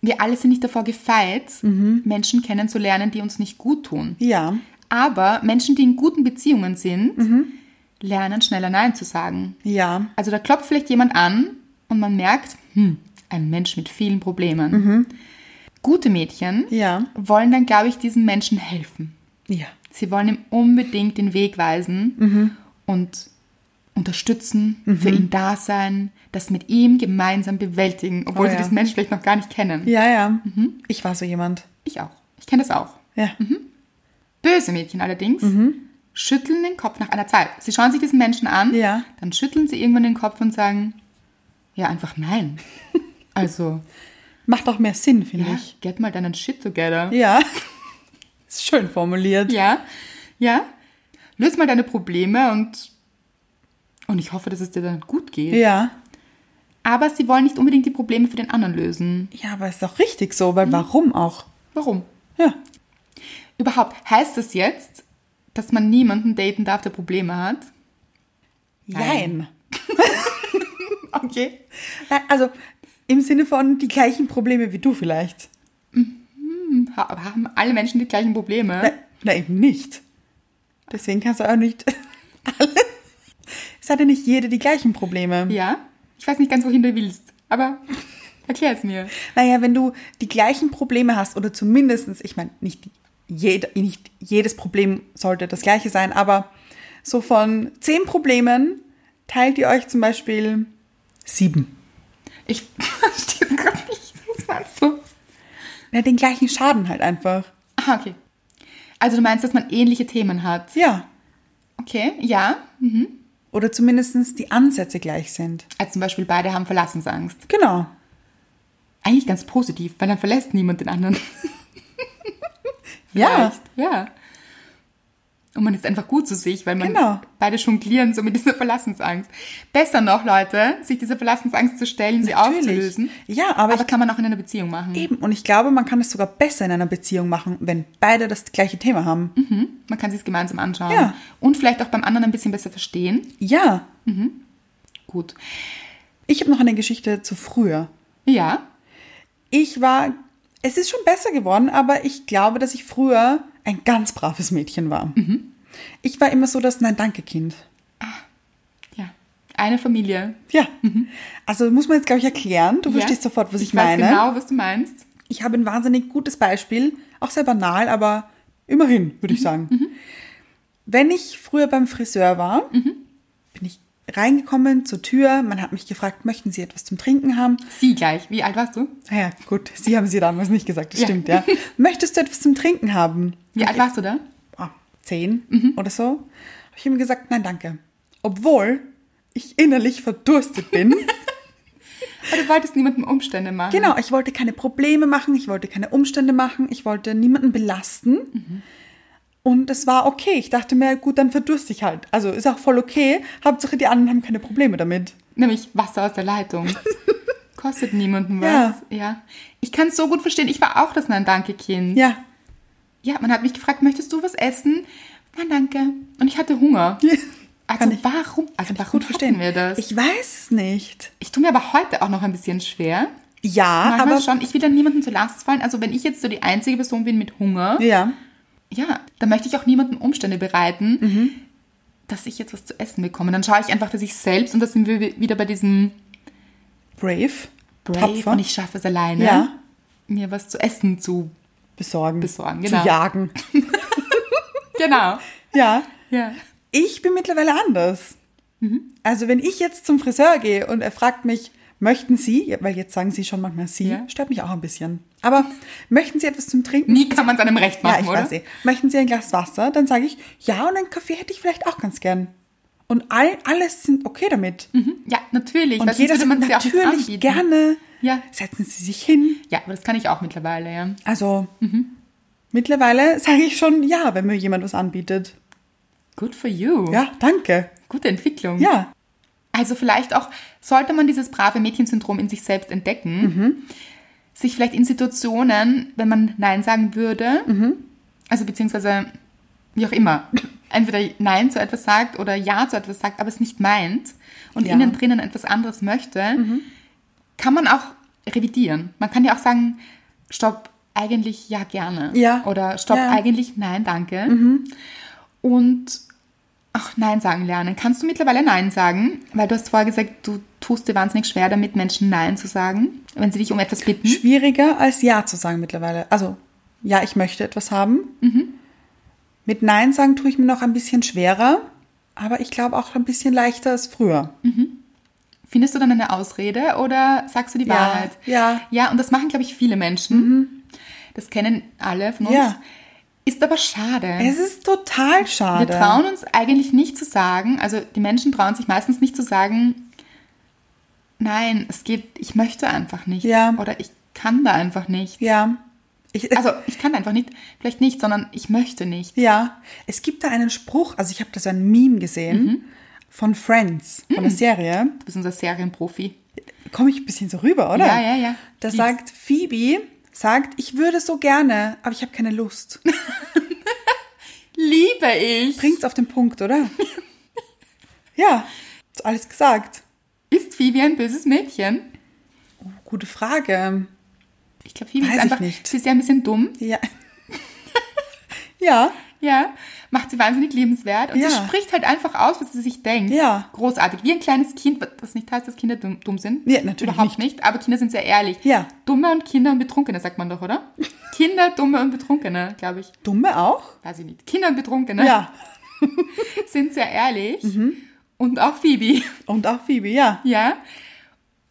Speaker 1: Wir alle sind nicht davor gefeit,
Speaker 2: Mhm.
Speaker 1: Menschen kennenzulernen, die uns nicht gut tun.
Speaker 2: Ja.
Speaker 1: Aber Menschen, die in guten Beziehungen sind,
Speaker 2: Mhm.
Speaker 1: lernen schneller Nein zu sagen.
Speaker 2: Ja.
Speaker 1: Also da klopft vielleicht jemand an und man merkt, hm, ein Mensch mit vielen Problemen. Gute Mädchen
Speaker 2: Mhm. Ja.
Speaker 1: wollen dann, glaube ich, diesem Menschen helfen.
Speaker 2: Ja.
Speaker 1: Sie wollen ihm unbedingt den Weg weisen
Speaker 2: Mhm.
Speaker 1: und unterstützen, für ihn da sein, das mit ihm gemeinsam bewältigen, obwohl
Speaker 2: Oh
Speaker 1: sie
Speaker 2: ja.
Speaker 1: diesen Menschen vielleicht noch gar nicht kennen.
Speaker 2: Ja, ja. Ich war so jemand.
Speaker 1: Ich auch. Ich kenne das auch.
Speaker 2: Ja.
Speaker 1: Böse Mädchen allerdings schütteln den Kopf nach einer Zeit. Sie schauen sich diesen Menschen an,
Speaker 2: Ja.
Speaker 1: dann schütteln sie irgendwann den Kopf und sagen, ja, einfach nein. Also,
Speaker 2: Macht auch mehr Sinn, finde
Speaker 1: ja,
Speaker 2: ich.
Speaker 1: get mal deinen Shit together.
Speaker 2: Ja. Ist schön formuliert.
Speaker 1: Ja, ja. Löse mal deine Probleme und, und ich hoffe, dass es dir dann gut geht.
Speaker 2: Ja.
Speaker 1: Aber sie wollen nicht unbedingt die Probleme für den anderen lösen.
Speaker 2: Ja, aber ist auch richtig so, weil warum auch?
Speaker 1: Warum?
Speaker 2: Ja.
Speaker 1: Überhaupt, heißt das jetzt, dass man niemanden daten darf, der Probleme hat? Nein.
Speaker 2: Nein.
Speaker 1: Okay.
Speaker 2: Nein, Also im Sinne von die gleichen Probleme wie du vielleicht.
Speaker 1: Ha aber haben alle Menschen die gleichen Probleme?
Speaker 2: Na, Äh, na eben nicht. Deswegen kannst du auch nicht alle. Es hat ja nicht jede die gleichen Probleme.
Speaker 1: Ja? Ich weiß nicht ganz, wohin du willst, aber erklär es mir.
Speaker 2: Naja, wenn du die gleichen Probleme hast oder zumindestens, ich meine, nicht, jede, nicht jedes Problem sollte das gleiche sein, aber so von zehn Problemen teilt ihr euch zum Beispiel sieben.
Speaker 1: Ich verstehe es gerade nicht. Das war so.
Speaker 2: Na, den gleichen Schaden halt einfach.
Speaker 1: Aha, okay. Also du meinst, dass man ähnliche Themen hat?
Speaker 2: Ja.
Speaker 1: Okay, ja.
Speaker 2: Oder zumindest die Ansätze gleich sind.
Speaker 1: Also zum Beispiel beide haben Verlassensangst.
Speaker 2: Genau.
Speaker 1: Eigentlich ganz positiv, weil dann verlässt niemand den anderen.
Speaker 2: Ja.
Speaker 1: Vielleicht. Ja. Und man ist einfach gut zu sich, weil man
Speaker 2: Genau.
Speaker 1: beide jonglieren so mit dieser Verlassensangst. Besser noch, Leute, sich diese Verlassensangst zu stellen, sie aufzulösen.
Speaker 2: Ja, aber,
Speaker 1: Aber kann man auch in einer Beziehung machen.
Speaker 2: ich, eben. Und ich glaube, man kann es sogar besser in einer Beziehung machen, wenn beide das gleiche Thema haben.
Speaker 1: Mhm. Man kann sich gemeinsam anschauen.
Speaker 2: Ja.
Speaker 1: Und vielleicht auch beim anderen ein bisschen besser verstehen.
Speaker 2: Ja.
Speaker 1: Gut.
Speaker 2: Ich habe noch eine Geschichte zu früher.
Speaker 1: Ja.
Speaker 2: Ich war, es ist schon besser geworden, aber ich glaube, dass ich früher ein ganz braves Mädchen war.
Speaker 1: Mhm.
Speaker 2: Ich war immer so das Nein-Danke-Kind.
Speaker 1: Ja. Eine Familie.
Speaker 2: Ja. Also muss man jetzt, glaube ich, erklären. Du verstehst sofort, was ich, meine.
Speaker 1: Mhm. Weiß genau, was du meinst.
Speaker 2: Ich habe ein wahnsinnig gutes Beispiel, auch sehr banal, aber immerhin, würde
Speaker 1: Mhm.
Speaker 2: ich sagen. Wenn ich früher beim Friseur war,
Speaker 1: Mhm.
Speaker 2: bin ich reingekommen zur Tür, man hat mich gefragt, möchten Sie etwas zum Trinken haben?
Speaker 1: Sie gleich. Wie alt warst du?
Speaker 2: Ah Ja, gut, Sie haben sie damals nicht gesagt, das
Speaker 1: Ja.
Speaker 2: stimmt, ja. Möchtest du etwas zum Trinken haben?
Speaker 1: Wie alt warst du da?
Speaker 2: Ah, zehn
Speaker 1: Mhm.
Speaker 2: oder so. Habe ich ihm gesagt, nein, danke. Obwohl ich innerlich verdurstet bin.
Speaker 1: Aber du wolltest niemandem Umstände machen.
Speaker 2: Genau, ich wollte keine Probleme machen, ich wollte keine Umstände machen, ich wollte niemanden belasten.
Speaker 1: Mhm.
Speaker 2: Und es war okay. Ich dachte mir, gut, dann verdurste ich halt. Also ist auch voll okay. Hauptsache, die anderen haben keine Probleme damit.
Speaker 1: Nämlich Wasser aus der Leitung. Kostet niemanden was.
Speaker 2: Ja.
Speaker 1: Ja. Ich kann es so gut verstehen. Ich war auch das Nein-Danke-Kind.
Speaker 2: Ja.
Speaker 1: ja, man hat mich gefragt, möchtest du was essen? Nein, danke. Und ich hatte Hunger. Also
Speaker 2: ich-
Speaker 1: warum? Also warum
Speaker 2: Gut verstehen
Speaker 1: hatten wir das? Ich,
Speaker 2: Ich weiß es nicht.
Speaker 1: ich tue mir aber heute auch noch ein bisschen schwer.
Speaker 2: Ja,
Speaker 1: Manchmal
Speaker 2: aber.
Speaker 1: schon. Ich will dann niemandem zur Last fallen. Also wenn ich jetzt so die einzige Person bin mit Hunger,
Speaker 2: Ja.
Speaker 1: ja, dann möchte ich auch niemandem Umstände bereiten,
Speaker 2: Mhm.
Speaker 1: dass ich jetzt was zu essen bekomme. Dann schaue ich einfach, dass ich selbst, und da sind wir wieder bei diesem
Speaker 2: Brave.
Speaker 1: Brave
Speaker 2: tapfer.
Speaker 1: und ich schaffe es alleine,
Speaker 2: Ja.
Speaker 1: mir was zu essen zu.
Speaker 2: besorgen.
Speaker 1: Besorgen, genau.
Speaker 2: Zu jagen.
Speaker 1: Genau.
Speaker 2: Ja.
Speaker 1: ja.
Speaker 2: Ich bin mittlerweile anders. Also wenn ich jetzt zum Friseur gehe und er fragt mich, möchten Sie, weil jetzt sagen Sie schon manchmal Sie,
Speaker 1: Ja.
Speaker 2: stört mich auch ein bisschen. Aber möchten Sie etwas zum Trinken?
Speaker 1: Nie kann man es einem recht
Speaker 2: ja,
Speaker 1: machen,
Speaker 2: ich
Speaker 1: oder?
Speaker 2: weiß eh. Möchten Sie ein Glas Wasser? Dann sage ich, ja, und einen Kaffee hätte ich vielleicht auch ganz gern. Und all, alles sind okay damit.
Speaker 1: Ja, natürlich.
Speaker 2: eh. Und
Speaker 1: weil sonst
Speaker 2: jeder
Speaker 1: Mhm. würde man's
Speaker 2: sagt
Speaker 1: ja auch nicht
Speaker 2: natürlich
Speaker 1: anbieten.
Speaker 2: gerne.
Speaker 1: Ja.
Speaker 2: Setzen Sie sich hin.
Speaker 1: Ja, aber das kann ich auch mittlerweile, ja.
Speaker 2: Also
Speaker 1: Mhm.
Speaker 2: mittlerweile sage ich schon ja, wenn mir jemand was anbietet.
Speaker 1: Good for you.
Speaker 2: Ja, danke.
Speaker 1: Gute Entwicklung.
Speaker 2: Ja.
Speaker 1: Also vielleicht auch, sollte man dieses brave Mädchensyndrom in sich selbst entdecken, sich vielleicht in Situationen, wenn man Nein sagen würde, also beziehungsweise wie auch immer, entweder Nein zu etwas sagt oder Ja zu etwas sagt, aber es nicht meint und
Speaker 2: Ja.
Speaker 1: innen drinnen etwas anderes möchte, kann man auch revidieren. Man kann ja auch sagen, stopp, eigentlich ja gerne.
Speaker 2: Ja.
Speaker 1: Oder stopp,
Speaker 2: Ja. Mhm.
Speaker 1: eigentlich nein, danke. Und auch Nein sagen lernen. Kannst du mittlerweile Nein sagen? Weil du hast vorher gesagt, du tust dir wahnsinnig schwer damit, Menschen Nein zu sagen, wenn sie dich um etwas bitten.
Speaker 2: schwieriger als Ja zu sagen mittlerweile. Also, ja, ich möchte etwas haben.
Speaker 1: Mhm.
Speaker 2: Mit Nein sagen tue ich mir noch ein bisschen schwerer, aber ich glaube auch ein bisschen leichter als früher.
Speaker 1: Mhm. Findest du dann eine Ausrede oder sagst du die
Speaker 2: Ja,
Speaker 1: Wahrheit?
Speaker 2: ja. Mhm.
Speaker 1: Ja, und das machen, glaube ich, viele Menschen. Das kennen alle von uns.
Speaker 2: Ja.
Speaker 1: Ist aber schade.
Speaker 2: Es ist total schade.
Speaker 1: Wir trauen uns eigentlich nicht zu sagen, also die Menschen trauen sich meistens nicht zu sagen, nein, es geht, ich möchte einfach nicht.
Speaker 2: Ja.
Speaker 1: Oder ich kann da einfach nicht.
Speaker 2: Ja. Ich,
Speaker 1: Also ich kann einfach nicht, vielleicht nicht, sondern ich möchte nicht.
Speaker 2: ja. Es gibt da einen Spruch, also ich habe da so ein Meme gesehen
Speaker 1: Mhm.
Speaker 2: von Friends, von der Serie.
Speaker 1: Du bist unser Serienprofi.
Speaker 2: Komme ich ein bisschen so rüber, oder?
Speaker 1: Ja, ja, ja.
Speaker 2: Da
Speaker 1: Lieb's.
Speaker 2: sagt Phoebe, sagt, ich würde so gerne, aber ich habe keine Lust.
Speaker 1: Liebe ich.
Speaker 2: Bringt's auf den Punkt, oder? ja, ist alles gesagt.
Speaker 1: Ist Phoebe ein böses Mädchen?
Speaker 2: Gute Frage.
Speaker 1: Ich glaube, Phoebe
Speaker 2: Weiß
Speaker 1: ist
Speaker 2: ich
Speaker 1: einfach,
Speaker 2: nicht.
Speaker 1: sie ist ja ein bisschen dumm.
Speaker 2: Ja. ja,
Speaker 1: Ja, macht sie wahnsinnig liebenswert und sie
Speaker 2: Ja.
Speaker 1: spricht halt einfach aus, was sie sich denkt.
Speaker 2: Ja.
Speaker 1: Großartig. Wie ein kleines Kind, was nicht heißt, dass Kinder dumm, dumm sind.
Speaker 2: Ja, natürlich
Speaker 1: Überhaupt nicht. aber Kinder sind sehr ehrlich.
Speaker 2: Ja.
Speaker 1: Dumme und Kinder und Betrunkene, sagt man doch, oder? Kinder, Dumme und Betrunkene, glaube ich.
Speaker 2: dumme auch?
Speaker 1: Weiß ich nicht. Kinder und Betrunkene
Speaker 2: Ja. Mhm.
Speaker 1: sind sehr ehrlich. Und auch Phoebe.
Speaker 2: Und auch Phoebe, ja.
Speaker 1: Ja.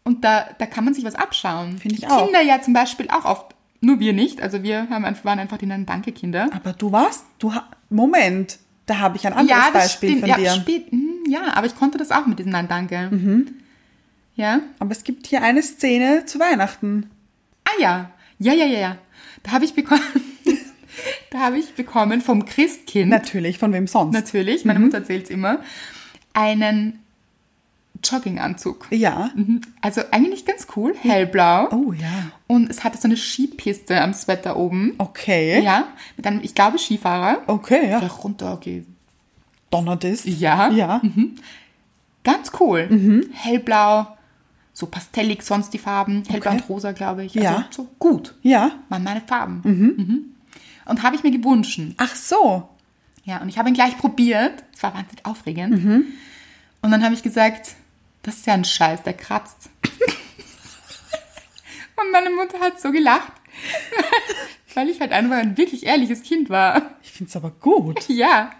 Speaker 1: Und da, da kann man sich was abschauen.
Speaker 2: Finde ich
Speaker 1: Die
Speaker 2: auch.
Speaker 1: Kinder ja zum Beispiel auch oft. Nur wir nicht. Also wir haben einfach, waren einfach die Danke-Kinder.
Speaker 2: Aber du warst, du ha Moment, da habe ich ein anderes
Speaker 1: Ja, das
Speaker 2: Beispiel
Speaker 1: stimmt.
Speaker 2: von
Speaker 1: ja,
Speaker 2: dir.
Speaker 1: Spät, hm, ja, aber ich konnte das auch mit diesem Nein, danke.
Speaker 2: Mhm.
Speaker 1: Ja?
Speaker 2: Aber es gibt hier eine Szene zu Weihnachten.
Speaker 1: Ah ja. Ja, ja, ja, ja. Da habe ich bekommen. Da habe ich bekommen vom Christkind,
Speaker 2: Natürlich, von wem sonst?
Speaker 1: natürlich,
Speaker 2: Mhm.
Speaker 1: meine Mutter erzählt es immer, einen Jogginganzug.
Speaker 2: Ja.
Speaker 1: Mhm. Also eigentlich ganz cool, hellblau.
Speaker 2: Oh ja.
Speaker 1: Und es hatte so eine Skipiste am Sweater
Speaker 2: Oh.
Speaker 1: oben.
Speaker 2: Okay.
Speaker 1: Ja, mit einem, ich glaube, Skifahrer.
Speaker 2: Okay, Oh, ja.
Speaker 1: Der runtergeht.
Speaker 2: Donnert ist.
Speaker 1: Ja. Mhm.
Speaker 2: Ja. Mhm.
Speaker 1: Ganz cool. Hellblau, so pastellig sonst die Farben. Hellblau
Speaker 2: Okay.
Speaker 1: und rosa, glaube ich.
Speaker 2: Ja.
Speaker 1: Also so gut.
Speaker 2: Ja.
Speaker 1: Waren meine Farben. Mhm. Und habe ich mir gewünscht.
Speaker 2: Ach so.
Speaker 1: Ja, und ich habe ihn gleich probiert. Es war wahnsinnig aufregend.
Speaker 2: Mhm.
Speaker 1: Und dann habe ich gesagt, das ist ja ein Scheiß, der kratzt. und meine Mutter hat so gelacht, weil ich halt einfach ein wirklich ehrliches Kind war.
Speaker 2: Ich find's aber gut.
Speaker 1: Ja,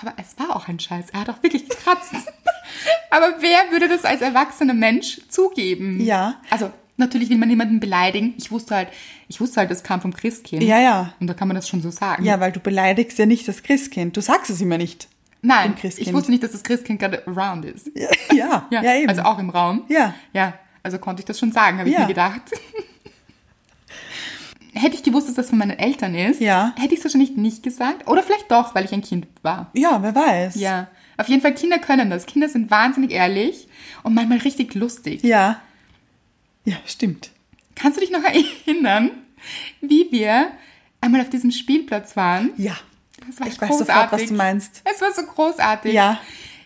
Speaker 1: aber es war auch ein Scheiß. Er hat auch wirklich gekratzt. aber wer würde das als erwachsener Mensch zugeben?
Speaker 2: Ja.
Speaker 1: Also natürlich will man niemanden beleidigen. Ich wusste halt, ich wusste halt, das kam vom Christkind.
Speaker 2: Ja, ja.
Speaker 1: Und da kann man das schon so sagen.
Speaker 2: Ja, weil du beleidigst ja nicht das Christkind. Du sagst es immer nicht.
Speaker 1: Nein,
Speaker 2: dem Christkind.
Speaker 1: ich wusste nicht, dass das Christkind gerade around ist.
Speaker 2: Ja, ja, ja eben.
Speaker 1: Also auch im Raum.
Speaker 2: Ja.
Speaker 1: Ja, also konnte ich das schon sagen, habe
Speaker 2: Ja.
Speaker 1: ich mir gedacht. Hätte ich gewusst, dass das von meinen Eltern ist,
Speaker 2: Ja.
Speaker 1: hätte ich es wahrscheinlich nicht gesagt. Oder vielleicht doch, weil ich ein Kind war.
Speaker 2: ja, wer weiß.
Speaker 1: Ja, auf jeden Fall, Kinder können das. Kinder sind wahnsinnig ehrlich und manchmal richtig lustig.
Speaker 2: Ja. Ja, stimmt.
Speaker 1: Kannst du dich noch erinnern, wie wir einmal auf diesem Spielplatz waren?
Speaker 2: Ja.
Speaker 1: Das war
Speaker 2: Ich weiß sofort, was du meinst.
Speaker 1: Es war so großartig.
Speaker 2: Ja.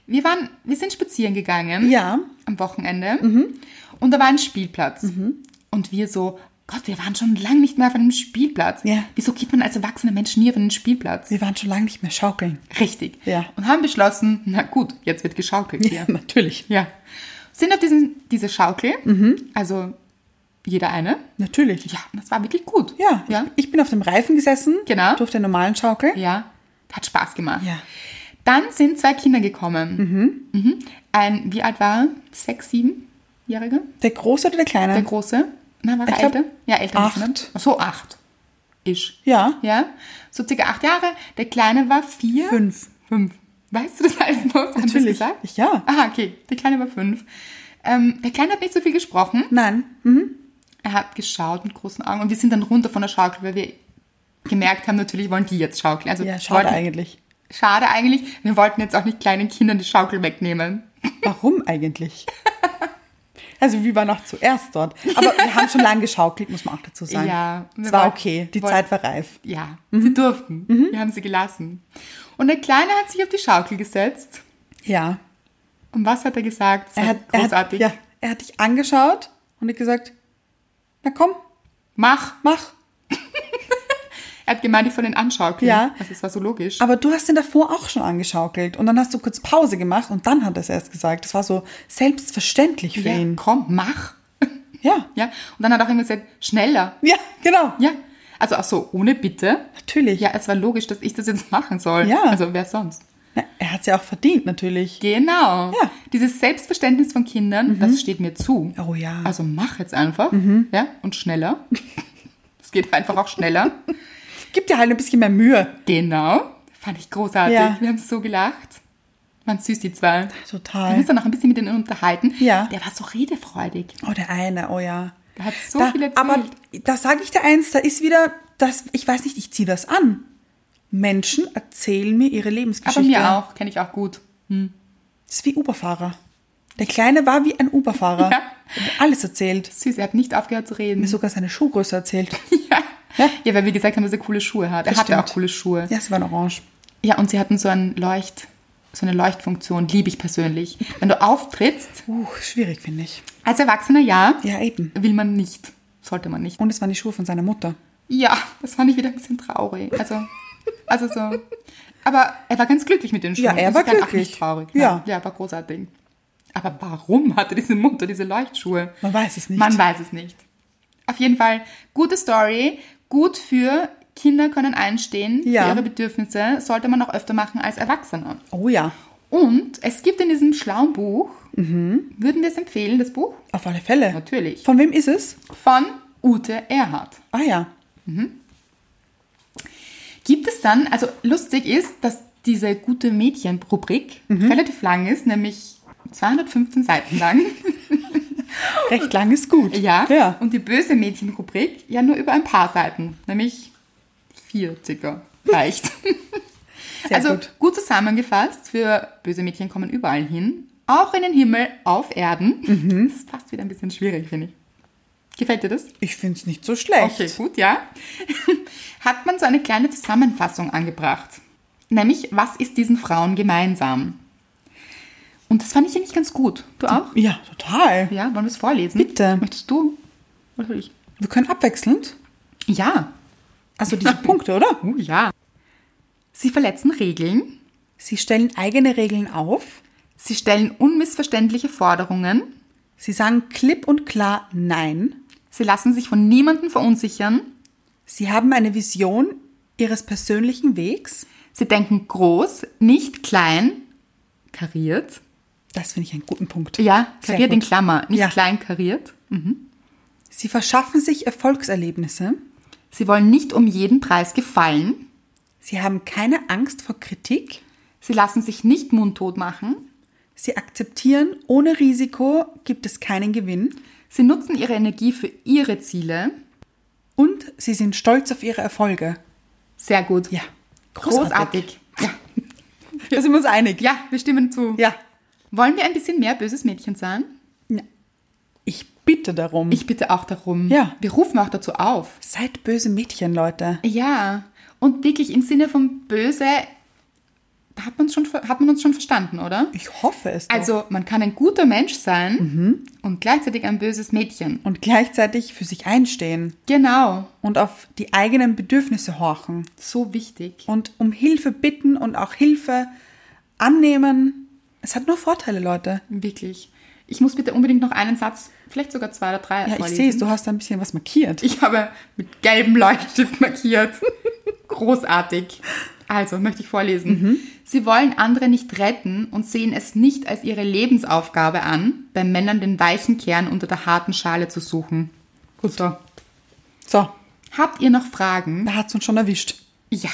Speaker 1: Wir, waren, wir sind spazieren gegangen
Speaker 2: Ja. Mhm.
Speaker 1: am Wochenende und da war ein Spielplatz. Und wir so, Gott, wir waren schon lange nicht mehr auf einem Spielplatz.
Speaker 2: Ja.
Speaker 1: Wieso geht man als erwachsener Mensch nie auf einen Spielplatz?
Speaker 2: Wir waren schon lange nicht mehr schaukeln.
Speaker 1: Richtig.
Speaker 2: Ja.
Speaker 1: Und haben beschlossen, na gut, jetzt wird geschaukelt hier.
Speaker 2: natürlich.
Speaker 1: Ja. Sind auf diesen, diese Schaukel, also jeder eine.
Speaker 2: Natürlich.
Speaker 1: Ja, und das war wirklich gut.
Speaker 2: Ja,
Speaker 1: Ja.
Speaker 2: Ich, ich bin auf dem Reifen gesessen.
Speaker 1: Genau.
Speaker 2: Durfte der normalen Schaukel.
Speaker 1: Ja. Hat Spaß gemacht.
Speaker 2: Ja.
Speaker 1: Dann sind zwei Kinder gekommen. Mhm. Ein, wie alt war er? Sechs, siebenjähriger?
Speaker 2: Der große oder der kleine?
Speaker 1: Der große? Na, war
Speaker 2: Ich
Speaker 1: er
Speaker 2: glaub,
Speaker 1: älter? Ja, älter. ein bisschen,
Speaker 2: acht.
Speaker 1: Ne? Ach So, acht. Isch.
Speaker 2: Ja.
Speaker 1: Ja. So circa acht Jahre. Der kleine war vier.
Speaker 2: Fünf.
Speaker 1: Fünf. Weißt du das alles noch? Haben die das
Speaker 2: Natürlich.
Speaker 1: gesagt?
Speaker 2: Ich- ja.
Speaker 1: Aha, okay. Der kleine war fünf. Ähm, der kleine hat nicht so viel gesprochen.
Speaker 2: Nein. Hm?
Speaker 1: Er hat geschaut mit großen Augen und wir sind dann runter von der Schaukel, weil wir gemerkt haben, natürlich wollen die jetzt schaukeln. Also
Speaker 2: Ja, schade
Speaker 1: wollten,
Speaker 2: eigentlich.
Speaker 1: schade eigentlich. Wir wollten jetzt auch nicht kleinen Kindern die Schaukel wegnehmen.
Speaker 2: Warum eigentlich? Also wir waren auch zuerst dort. Aber wir haben schon lange geschaukelt, muss man auch dazu sagen.
Speaker 1: Ja, wir
Speaker 2: Es war
Speaker 1: wollten-
Speaker 2: okay. Die
Speaker 1: wollten-
Speaker 2: Zeit war reif.
Speaker 1: Ja,
Speaker 2: Mhm.
Speaker 1: sie durften. Wir haben sie gelassen. Und der Kleine hat sich auf die Schaukel gesetzt.
Speaker 2: Ja.
Speaker 1: Und was hat er gesagt? Es
Speaker 2: Er
Speaker 1: war
Speaker 2: hat, er, hat,
Speaker 1: großartig.
Speaker 2: ja, er hat dich angeschaut und hat gesagt, na komm,
Speaker 1: Mach.
Speaker 2: mach.
Speaker 1: Er hat gemeint, ich soll ihn anschaukeln.
Speaker 2: Ja.
Speaker 1: Also es war so logisch.
Speaker 2: Aber du hast ihn davor auch schon angeschaukelt. Und dann hast du kurz Pause gemacht und dann hat er es erst gesagt. Das war so selbstverständlich für
Speaker 1: ja,
Speaker 2: ihn.
Speaker 1: komm, mach.
Speaker 2: Ja.
Speaker 1: Ja. Und dann hat er auch immer gesagt, schneller.
Speaker 2: Ja, genau.
Speaker 1: Ja. Also auch so, ohne Bitte.
Speaker 2: Natürlich.
Speaker 1: Ja, es war logisch, dass ich das jetzt machen soll.
Speaker 2: Ja.
Speaker 1: Also wer sonst?
Speaker 2: Na, er hat es ja auch verdient, natürlich.
Speaker 1: Genau.
Speaker 2: Ja. Mhm.
Speaker 1: Dieses Selbstverständnis von Kindern, das steht mir zu.
Speaker 2: Oh ja. Mhm.
Speaker 1: Also mach jetzt einfach. Ja, und schneller. Es geht einfach auch schneller.
Speaker 2: Gib dir halt ein bisschen mehr Mühe.
Speaker 1: genau. Fand ich großartig.
Speaker 2: Ja.
Speaker 1: Wir haben so gelacht. Waren süß, die zwei. Wir haben
Speaker 2: Total.
Speaker 1: uns dann noch ein bisschen mit denen unterhalten.
Speaker 2: Ja.
Speaker 1: Der war so redefreudig.
Speaker 2: Oh, der eine, oh ja.
Speaker 1: Der hat so
Speaker 2: da,
Speaker 1: viel erzählt.
Speaker 2: Aber da sage ich dir eins, da ist wieder das, ich weiß nicht, ich ziehe das an. Menschen erzählen mir ihre Lebensgeschichte.
Speaker 1: Aber mir auch. Kenne ich auch gut.
Speaker 2: Das ist wie Uberfahrer. Der Kleine war wie ein Uberfahrer.
Speaker 1: Ja.
Speaker 2: Er hat Alles erzählt.
Speaker 1: Süß, er hat nicht aufgehört zu reden.
Speaker 2: Mir sogar seine Schuhgröße erzählt.
Speaker 1: Ja.
Speaker 2: Ja.
Speaker 1: ja, weil wir gesagt haben, dass er coole Schuhe hat. Er
Speaker 2: Das
Speaker 1: hatte
Speaker 2: stimmt.
Speaker 1: auch coole Schuhe.
Speaker 2: Ja, sie waren orange.
Speaker 1: Ja, und sie hatten so ein Leucht, so eine Leuchtfunktion, liebe ich persönlich. Wenn du auftrittst,
Speaker 2: Uh, schwierig, finde ich.
Speaker 1: als Erwachsener ja,
Speaker 2: Ja, eben.
Speaker 1: will man nicht. Sollte man nicht.
Speaker 2: Und es waren die Schuhe von seiner Mutter.
Speaker 1: Ja, das fand ich wieder ein bisschen traurig. Also, also so. Aber er war ganz glücklich mit den Schuhen.
Speaker 2: Ja, er
Speaker 1: Also
Speaker 2: war
Speaker 1: ganz- ach,
Speaker 2: glücklich.
Speaker 1: nicht traurig.
Speaker 2: Ja.
Speaker 1: Ja. ja, war großartig. Aber warum hatte diese Mutter diese Leuchtschuhe?
Speaker 2: Man weiß es nicht.
Speaker 1: Man weiß es nicht. Auf jeden Fall, gute Story, gut für Kinder können einstehen,
Speaker 2: Ja.
Speaker 1: für ihre Bedürfnisse, sollte man auch öfter machen als Erwachsener.
Speaker 2: Oh ja,
Speaker 1: Und es gibt in diesem schlauen Buch, würden wir es empfehlen, das Buch?
Speaker 2: auf alle Fälle.
Speaker 1: Natürlich.
Speaker 2: Von wem ist es?
Speaker 1: Von Ute Erhardt.
Speaker 2: Ah ja.
Speaker 1: Gibt es dann, also lustig ist, dass diese gute Mädchen-Rubrik relativ lang ist, nämlich 215 Seiten lang.
Speaker 2: Recht lang ist gut.
Speaker 1: ja.
Speaker 2: Ja.
Speaker 1: Und die böse Mädchen-Rubrik ja nur über ein paar Seiten, nämlich 40er. reicht.
Speaker 2: Sehr
Speaker 1: also
Speaker 2: gut.
Speaker 1: gut. zusammengefasst, für böse Mädchen kommen überall hin, auch in den Himmel, auf Erden.
Speaker 2: Mhm.
Speaker 1: Das ist fast wieder ein bisschen schwierig, finde ich. Gefällt dir das?
Speaker 2: Ich finde es nicht so schlecht.
Speaker 1: Okay, gut, ja. Hat man so eine kleine Zusammenfassung angebracht. Nämlich, was ist diesen Frauen gemeinsam? Und das fand ich eigentlich ganz gut. Du auch?
Speaker 2: Ja, total.
Speaker 1: Ja, wollen wir es vorlesen?
Speaker 2: Bitte.
Speaker 1: Möchtest du? Oder soll ich?
Speaker 2: Wir können abwechselnd.
Speaker 1: Ja.
Speaker 2: Also diese Punkte, oder?
Speaker 1: Oh ja. Sie verletzen Regeln.
Speaker 2: Sie stellen eigene Regeln auf.
Speaker 1: Sie stellen unmissverständliche Forderungen.
Speaker 2: Sie sagen klipp und klar Nein.
Speaker 1: Sie lassen sich von niemandem verunsichern.
Speaker 2: Sie haben eine Vision ihres persönlichen Wegs.
Speaker 1: Sie denken groß, nicht klein. Kariert.
Speaker 2: Das finde ich einen guten Punkt.
Speaker 1: Ja,
Speaker 2: Sehr
Speaker 1: kariert in
Speaker 2: gut.
Speaker 1: Klammer. Nicht
Speaker 2: Ja.
Speaker 1: klein kariert.
Speaker 2: Sie verschaffen sich Erfolgserlebnisse.
Speaker 1: Sie wollen nicht um jeden Preis gefallen.
Speaker 2: Sie haben keine Angst vor Kritik.
Speaker 1: Sie lassen sich nicht mundtot machen.
Speaker 2: Sie akzeptieren, ohne Risiko gibt es keinen Gewinn.
Speaker 1: Sie nutzen ihre Energie für ihre Ziele.
Speaker 2: Und sie sind stolz auf ihre Erfolge.
Speaker 1: Sehr gut.
Speaker 2: Ja,
Speaker 1: Großartig.
Speaker 2: Da sind wir uns einig.
Speaker 1: Ja, wir stimmen zu.
Speaker 2: Ja.
Speaker 1: Wollen wir ein bisschen mehr böses Mädchen sein?
Speaker 2: Ich bitte darum.
Speaker 1: Ich bitte auch darum.
Speaker 2: Ja.
Speaker 1: Wir rufen auch dazu auf.
Speaker 2: Seid böse Mädchen, Leute.
Speaker 1: Ja. Und wirklich im Sinne von böse, da hat, man's schon, ver- hat man uns schon verstanden, oder?
Speaker 2: Ich hoffe es. Doch.
Speaker 1: Also, man kann ein guter Mensch sein
Speaker 2: Mhm.
Speaker 1: und gleichzeitig ein böses Mädchen.
Speaker 2: Und gleichzeitig für sich einstehen
Speaker 1: Genau.
Speaker 2: und auf die eigenen Bedürfnisse horchen
Speaker 1: So wichtig.
Speaker 2: und um Hilfe bitten und auch Hilfe annehmen. Es hat nur Vorteile, Leute.
Speaker 1: Wirklich. Ich muss bitte unbedingt noch einen Satz, vielleicht sogar zwei oder drei
Speaker 2: Ja, ich
Speaker 1: vorlesen.
Speaker 2: sehe es, du hast da ein bisschen was markiert.
Speaker 1: Ich habe mit gelbem Leuchtstift markiert. Großartig. Also, möchte ich vorlesen.
Speaker 2: Mhm.
Speaker 1: Sie wollen andere nicht retten und sehen es nicht als ihre Lebensaufgabe an, bei Männern den weichen Kern unter der harten Schale zu suchen. Gut so.
Speaker 2: So,
Speaker 1: Habt ihr noch Fragen?
Speaker 2: da hat es uns schon erwischt.
Speaker 1: Ja.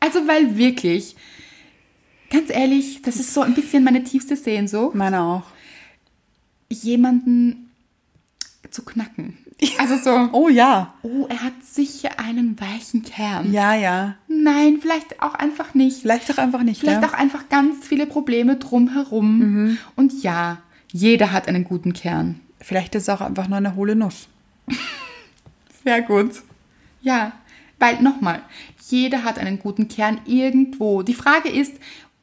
Speaker 1: Also, weil wirklich, ganz ehrlich, das ist so ein bisschen meine tiefste Sehnsucht.
Speaker 2: Meiner auch.
Speaker 1: jemanden zu knacken. Also so,
Speaker 2: Oh ja.
Speaker 1: oh, er hat sicher einen weichen Kern.
Speaker 2: Ja, ja.
Speaker 1: Nein, vielleicht auch einfach nicht. Mhm.
Speaker 2: Vielleicht doch einfach nicht.
Speaker 1: Vielleicht
Speaker 2: ja?
Speaker 1: auch einfach ganz viele Probleme drumherum. Und ja, jeder hat einen guten Kern.
Speaker 2: Vielleicht ist es auch einfach nur eine hohle Nuss.
Speaker 1: Sehr gut. Ja, weil nochmal, jeder hat einen guten Kern irgendwo. Die Frage ist,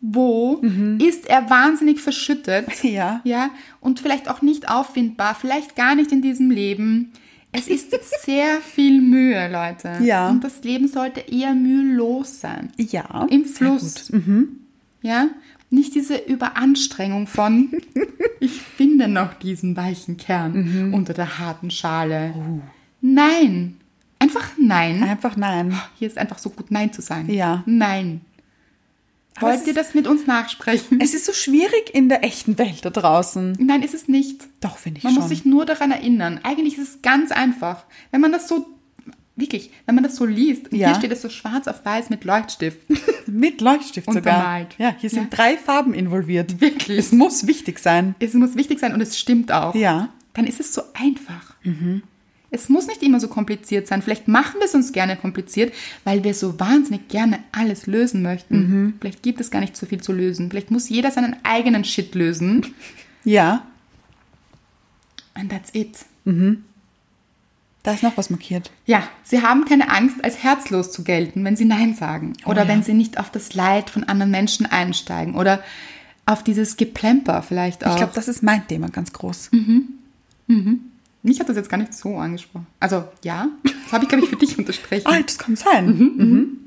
Speaker 1: wo ist er wahnsinnig verschüttet?
Speaker 2: Mhm. Ja.
Speaker 1: Ja, und vielleicht auch nicht auffindbar, vielleicht gar nicht in diesem Leben. Es ist sehr viel Mühe, Leute.
Speaker 2: Ja.
Speaker 1: Und das Leben sollte eher mühelos sein.
Speaker 2: Ja.
Speaker 1: Im Fluss.
Speaker 2: Mhm.
Speaker 1: Ja, nicht diese Überanstrengung von, ich finde noch diesen weichen Kern
Speaker 2: Mhm.
Speaker 1: unter der harten Schale. Nein. Einfach nein.
Speaker 2: Oh. Einfach nein.
Speaker 1: Hier ist einfach so gut, nein zu sagen.
Speaker 2: Ja.
Speaker 1: Nein.
Speaker 2: Aber es
Speaker 1: Wollt ihr
Speaker 2: ist-
Speaker 1: das mit uns nachsprechen?
Speaker 2: Es ist so schwierig in der echten Welt da draußen.
Speaker 1: Nein, ist es nicht.
Speaker 2: Doch, finde ich
Speaker 1: Man
Speaker 2: schon.
Speaker 1: muss sich nur daran erinnern. Eigentlich ist es ganz einfach. Wenn man das so, wirklich, wenn man das so liest,
Speaker 2: Ja.
Speaker 1: hier steht es so schwarz auf weiß mit Leuchtstift.
Speaker 2: Mit Leuchtstift
Speaker 1: Untermalt.
Speaker 2: sogar. Ja, hier sind
Speaker 1: Ja.
Speaker 2: drei Farben involviert.
Speaker 1: Wirklich.
Speaker 2: Es muss wichtig sein.
Speaker 1: Es muss wichtig sein und es stimmt auch.
Speaker 2: Ja.
Speaker 1: Dann ist es so einfach. Es muss nicht immer so kompliziert sein. Vielleicht machen wir es uns gerne kompliziert, weil wir so wahnsinnig gerne alles lösen möchten. Vielleicht gibt es gar nicht so viel zu lösen. Vielleicht muss jeder seinen eigenen Shit lösen.
Speaker 2: Ja,
Speaker 1: And that's it.
Speaker 2: da ist noch was markiert.
Speaker 1: Ja, sie haben keine Angst, als herzlos zu gelten, wenn sie Nein sagen. Oder
Speaker 2: Oh ja.
Speaker 1: wenn sie nicht auf das Leid von anderen Menschen einsteigen. Oder auf dieses Geplemper vielleicht auch.
Speaker 2: Ich glaube, das ist mein Thema ganz groß.
Speaker 1: Mich hat das jetzt gar nicht so angesprochen. Also ja, das habe ich, glaube ich, für dich unterstrichen.
Speaker 2: Ah, das kann sein.
Speaker 1: Mhm.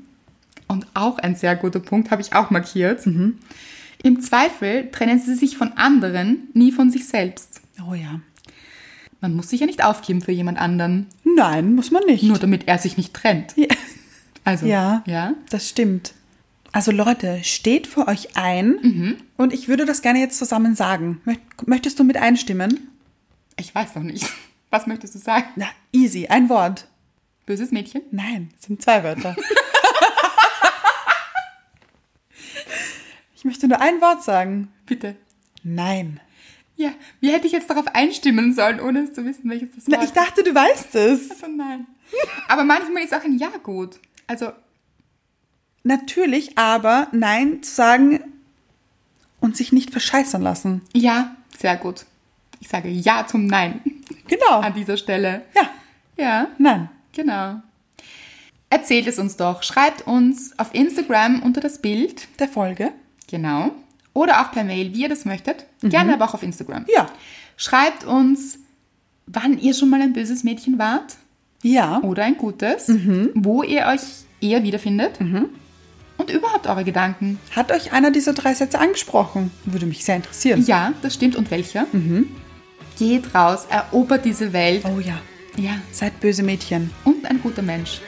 Speaker 1: Und auch ein sehr guter Punkt habe ich auch markiert.
Speaker 2: Mhm.
Speaker 1: Im Zweifel trennen sie sich von anderen, nie von sich selbst.
Speaker 2: Oh ja.
Speaker 1: Man muss sich ja nicht aufgeben für jemand anderen,
Speaker 2: Nein, muss man nicht.
Speaker 1: nur damit er sich nicht trennt.
Speaker 2: Ja.
Speaker 1: Also,
Speaker 2: Ja,
Speaker 1: ja.
Speaker 2: das stimmt. Also Leute, steht für euch ein
Speaker 1: Mhm.
Speaker 2: und ich würde das gerne jetzt zusammen sagen. Möcht- Möchtest du mit einstimmen?
Speaker 1: Ich weiß noch nicht. Was möchtest du sagen?
Speaker 2: Na, easy, ein Wort.
Speaker 1: Böses Mädchen?
Speaker 2: Nein, es sind zwei Wörter. ich möchte nur ein Wort sagen.
Speaker 1: Bitte.
Speaker 2: Nein.
Speaker 1: Ja, wie hätte ich jetzt darauf einstimmen sollen, ohne es zu wissen, welches das war?
Speaker 2: Na, ich dachte, du weißt es.
Speaker 1: also nein. Aber manchmal ist auch ein Ja gut. Also,
Speaker 2: natürlich, aber Nein zu sagen und sich nicht verscheißern lassen.
Speaker 1: Ja, sehr gut. Ich sage Ja zum Nein
Speaker 2: Genau.
Speaker 1: an dieser Stelle.
Speaker 2: Ja,
Speaker 1: Ja,
Speaker 2: nein.
Speaker 1: genau. Erzählt es uns doch. Schreibt uns auf Instagram unter das Bild.
Speaker 2: Der Folge.
Speaker 1: Genau. Oder auch per Mail, wie ihr das möchtet. Gerne aber auch auf Instagram.
Speaker 2: Ja.
Speaker 1: Schreibt uns, wann ihr schon mal ein böses Mädchen wart
Speaker 2: Ja.
Speaker 1: oder ein gutes, wo ihr euch eher wiederfindet und überhaupt eure Gedanken.
Speaker 2: Hat euch einer dieser drei Sätze angesprochen? Würde mich sehr interessieren.
Speaker 1: Ja, das stimmt. Und welcher? Geht raus, erobert diese Welt.
Speaker 2: Oh ja.
Speaker 1: Ja,
Speaker 2: Seid böse Mädchen.
Speaker 1: und ein guter Mensch.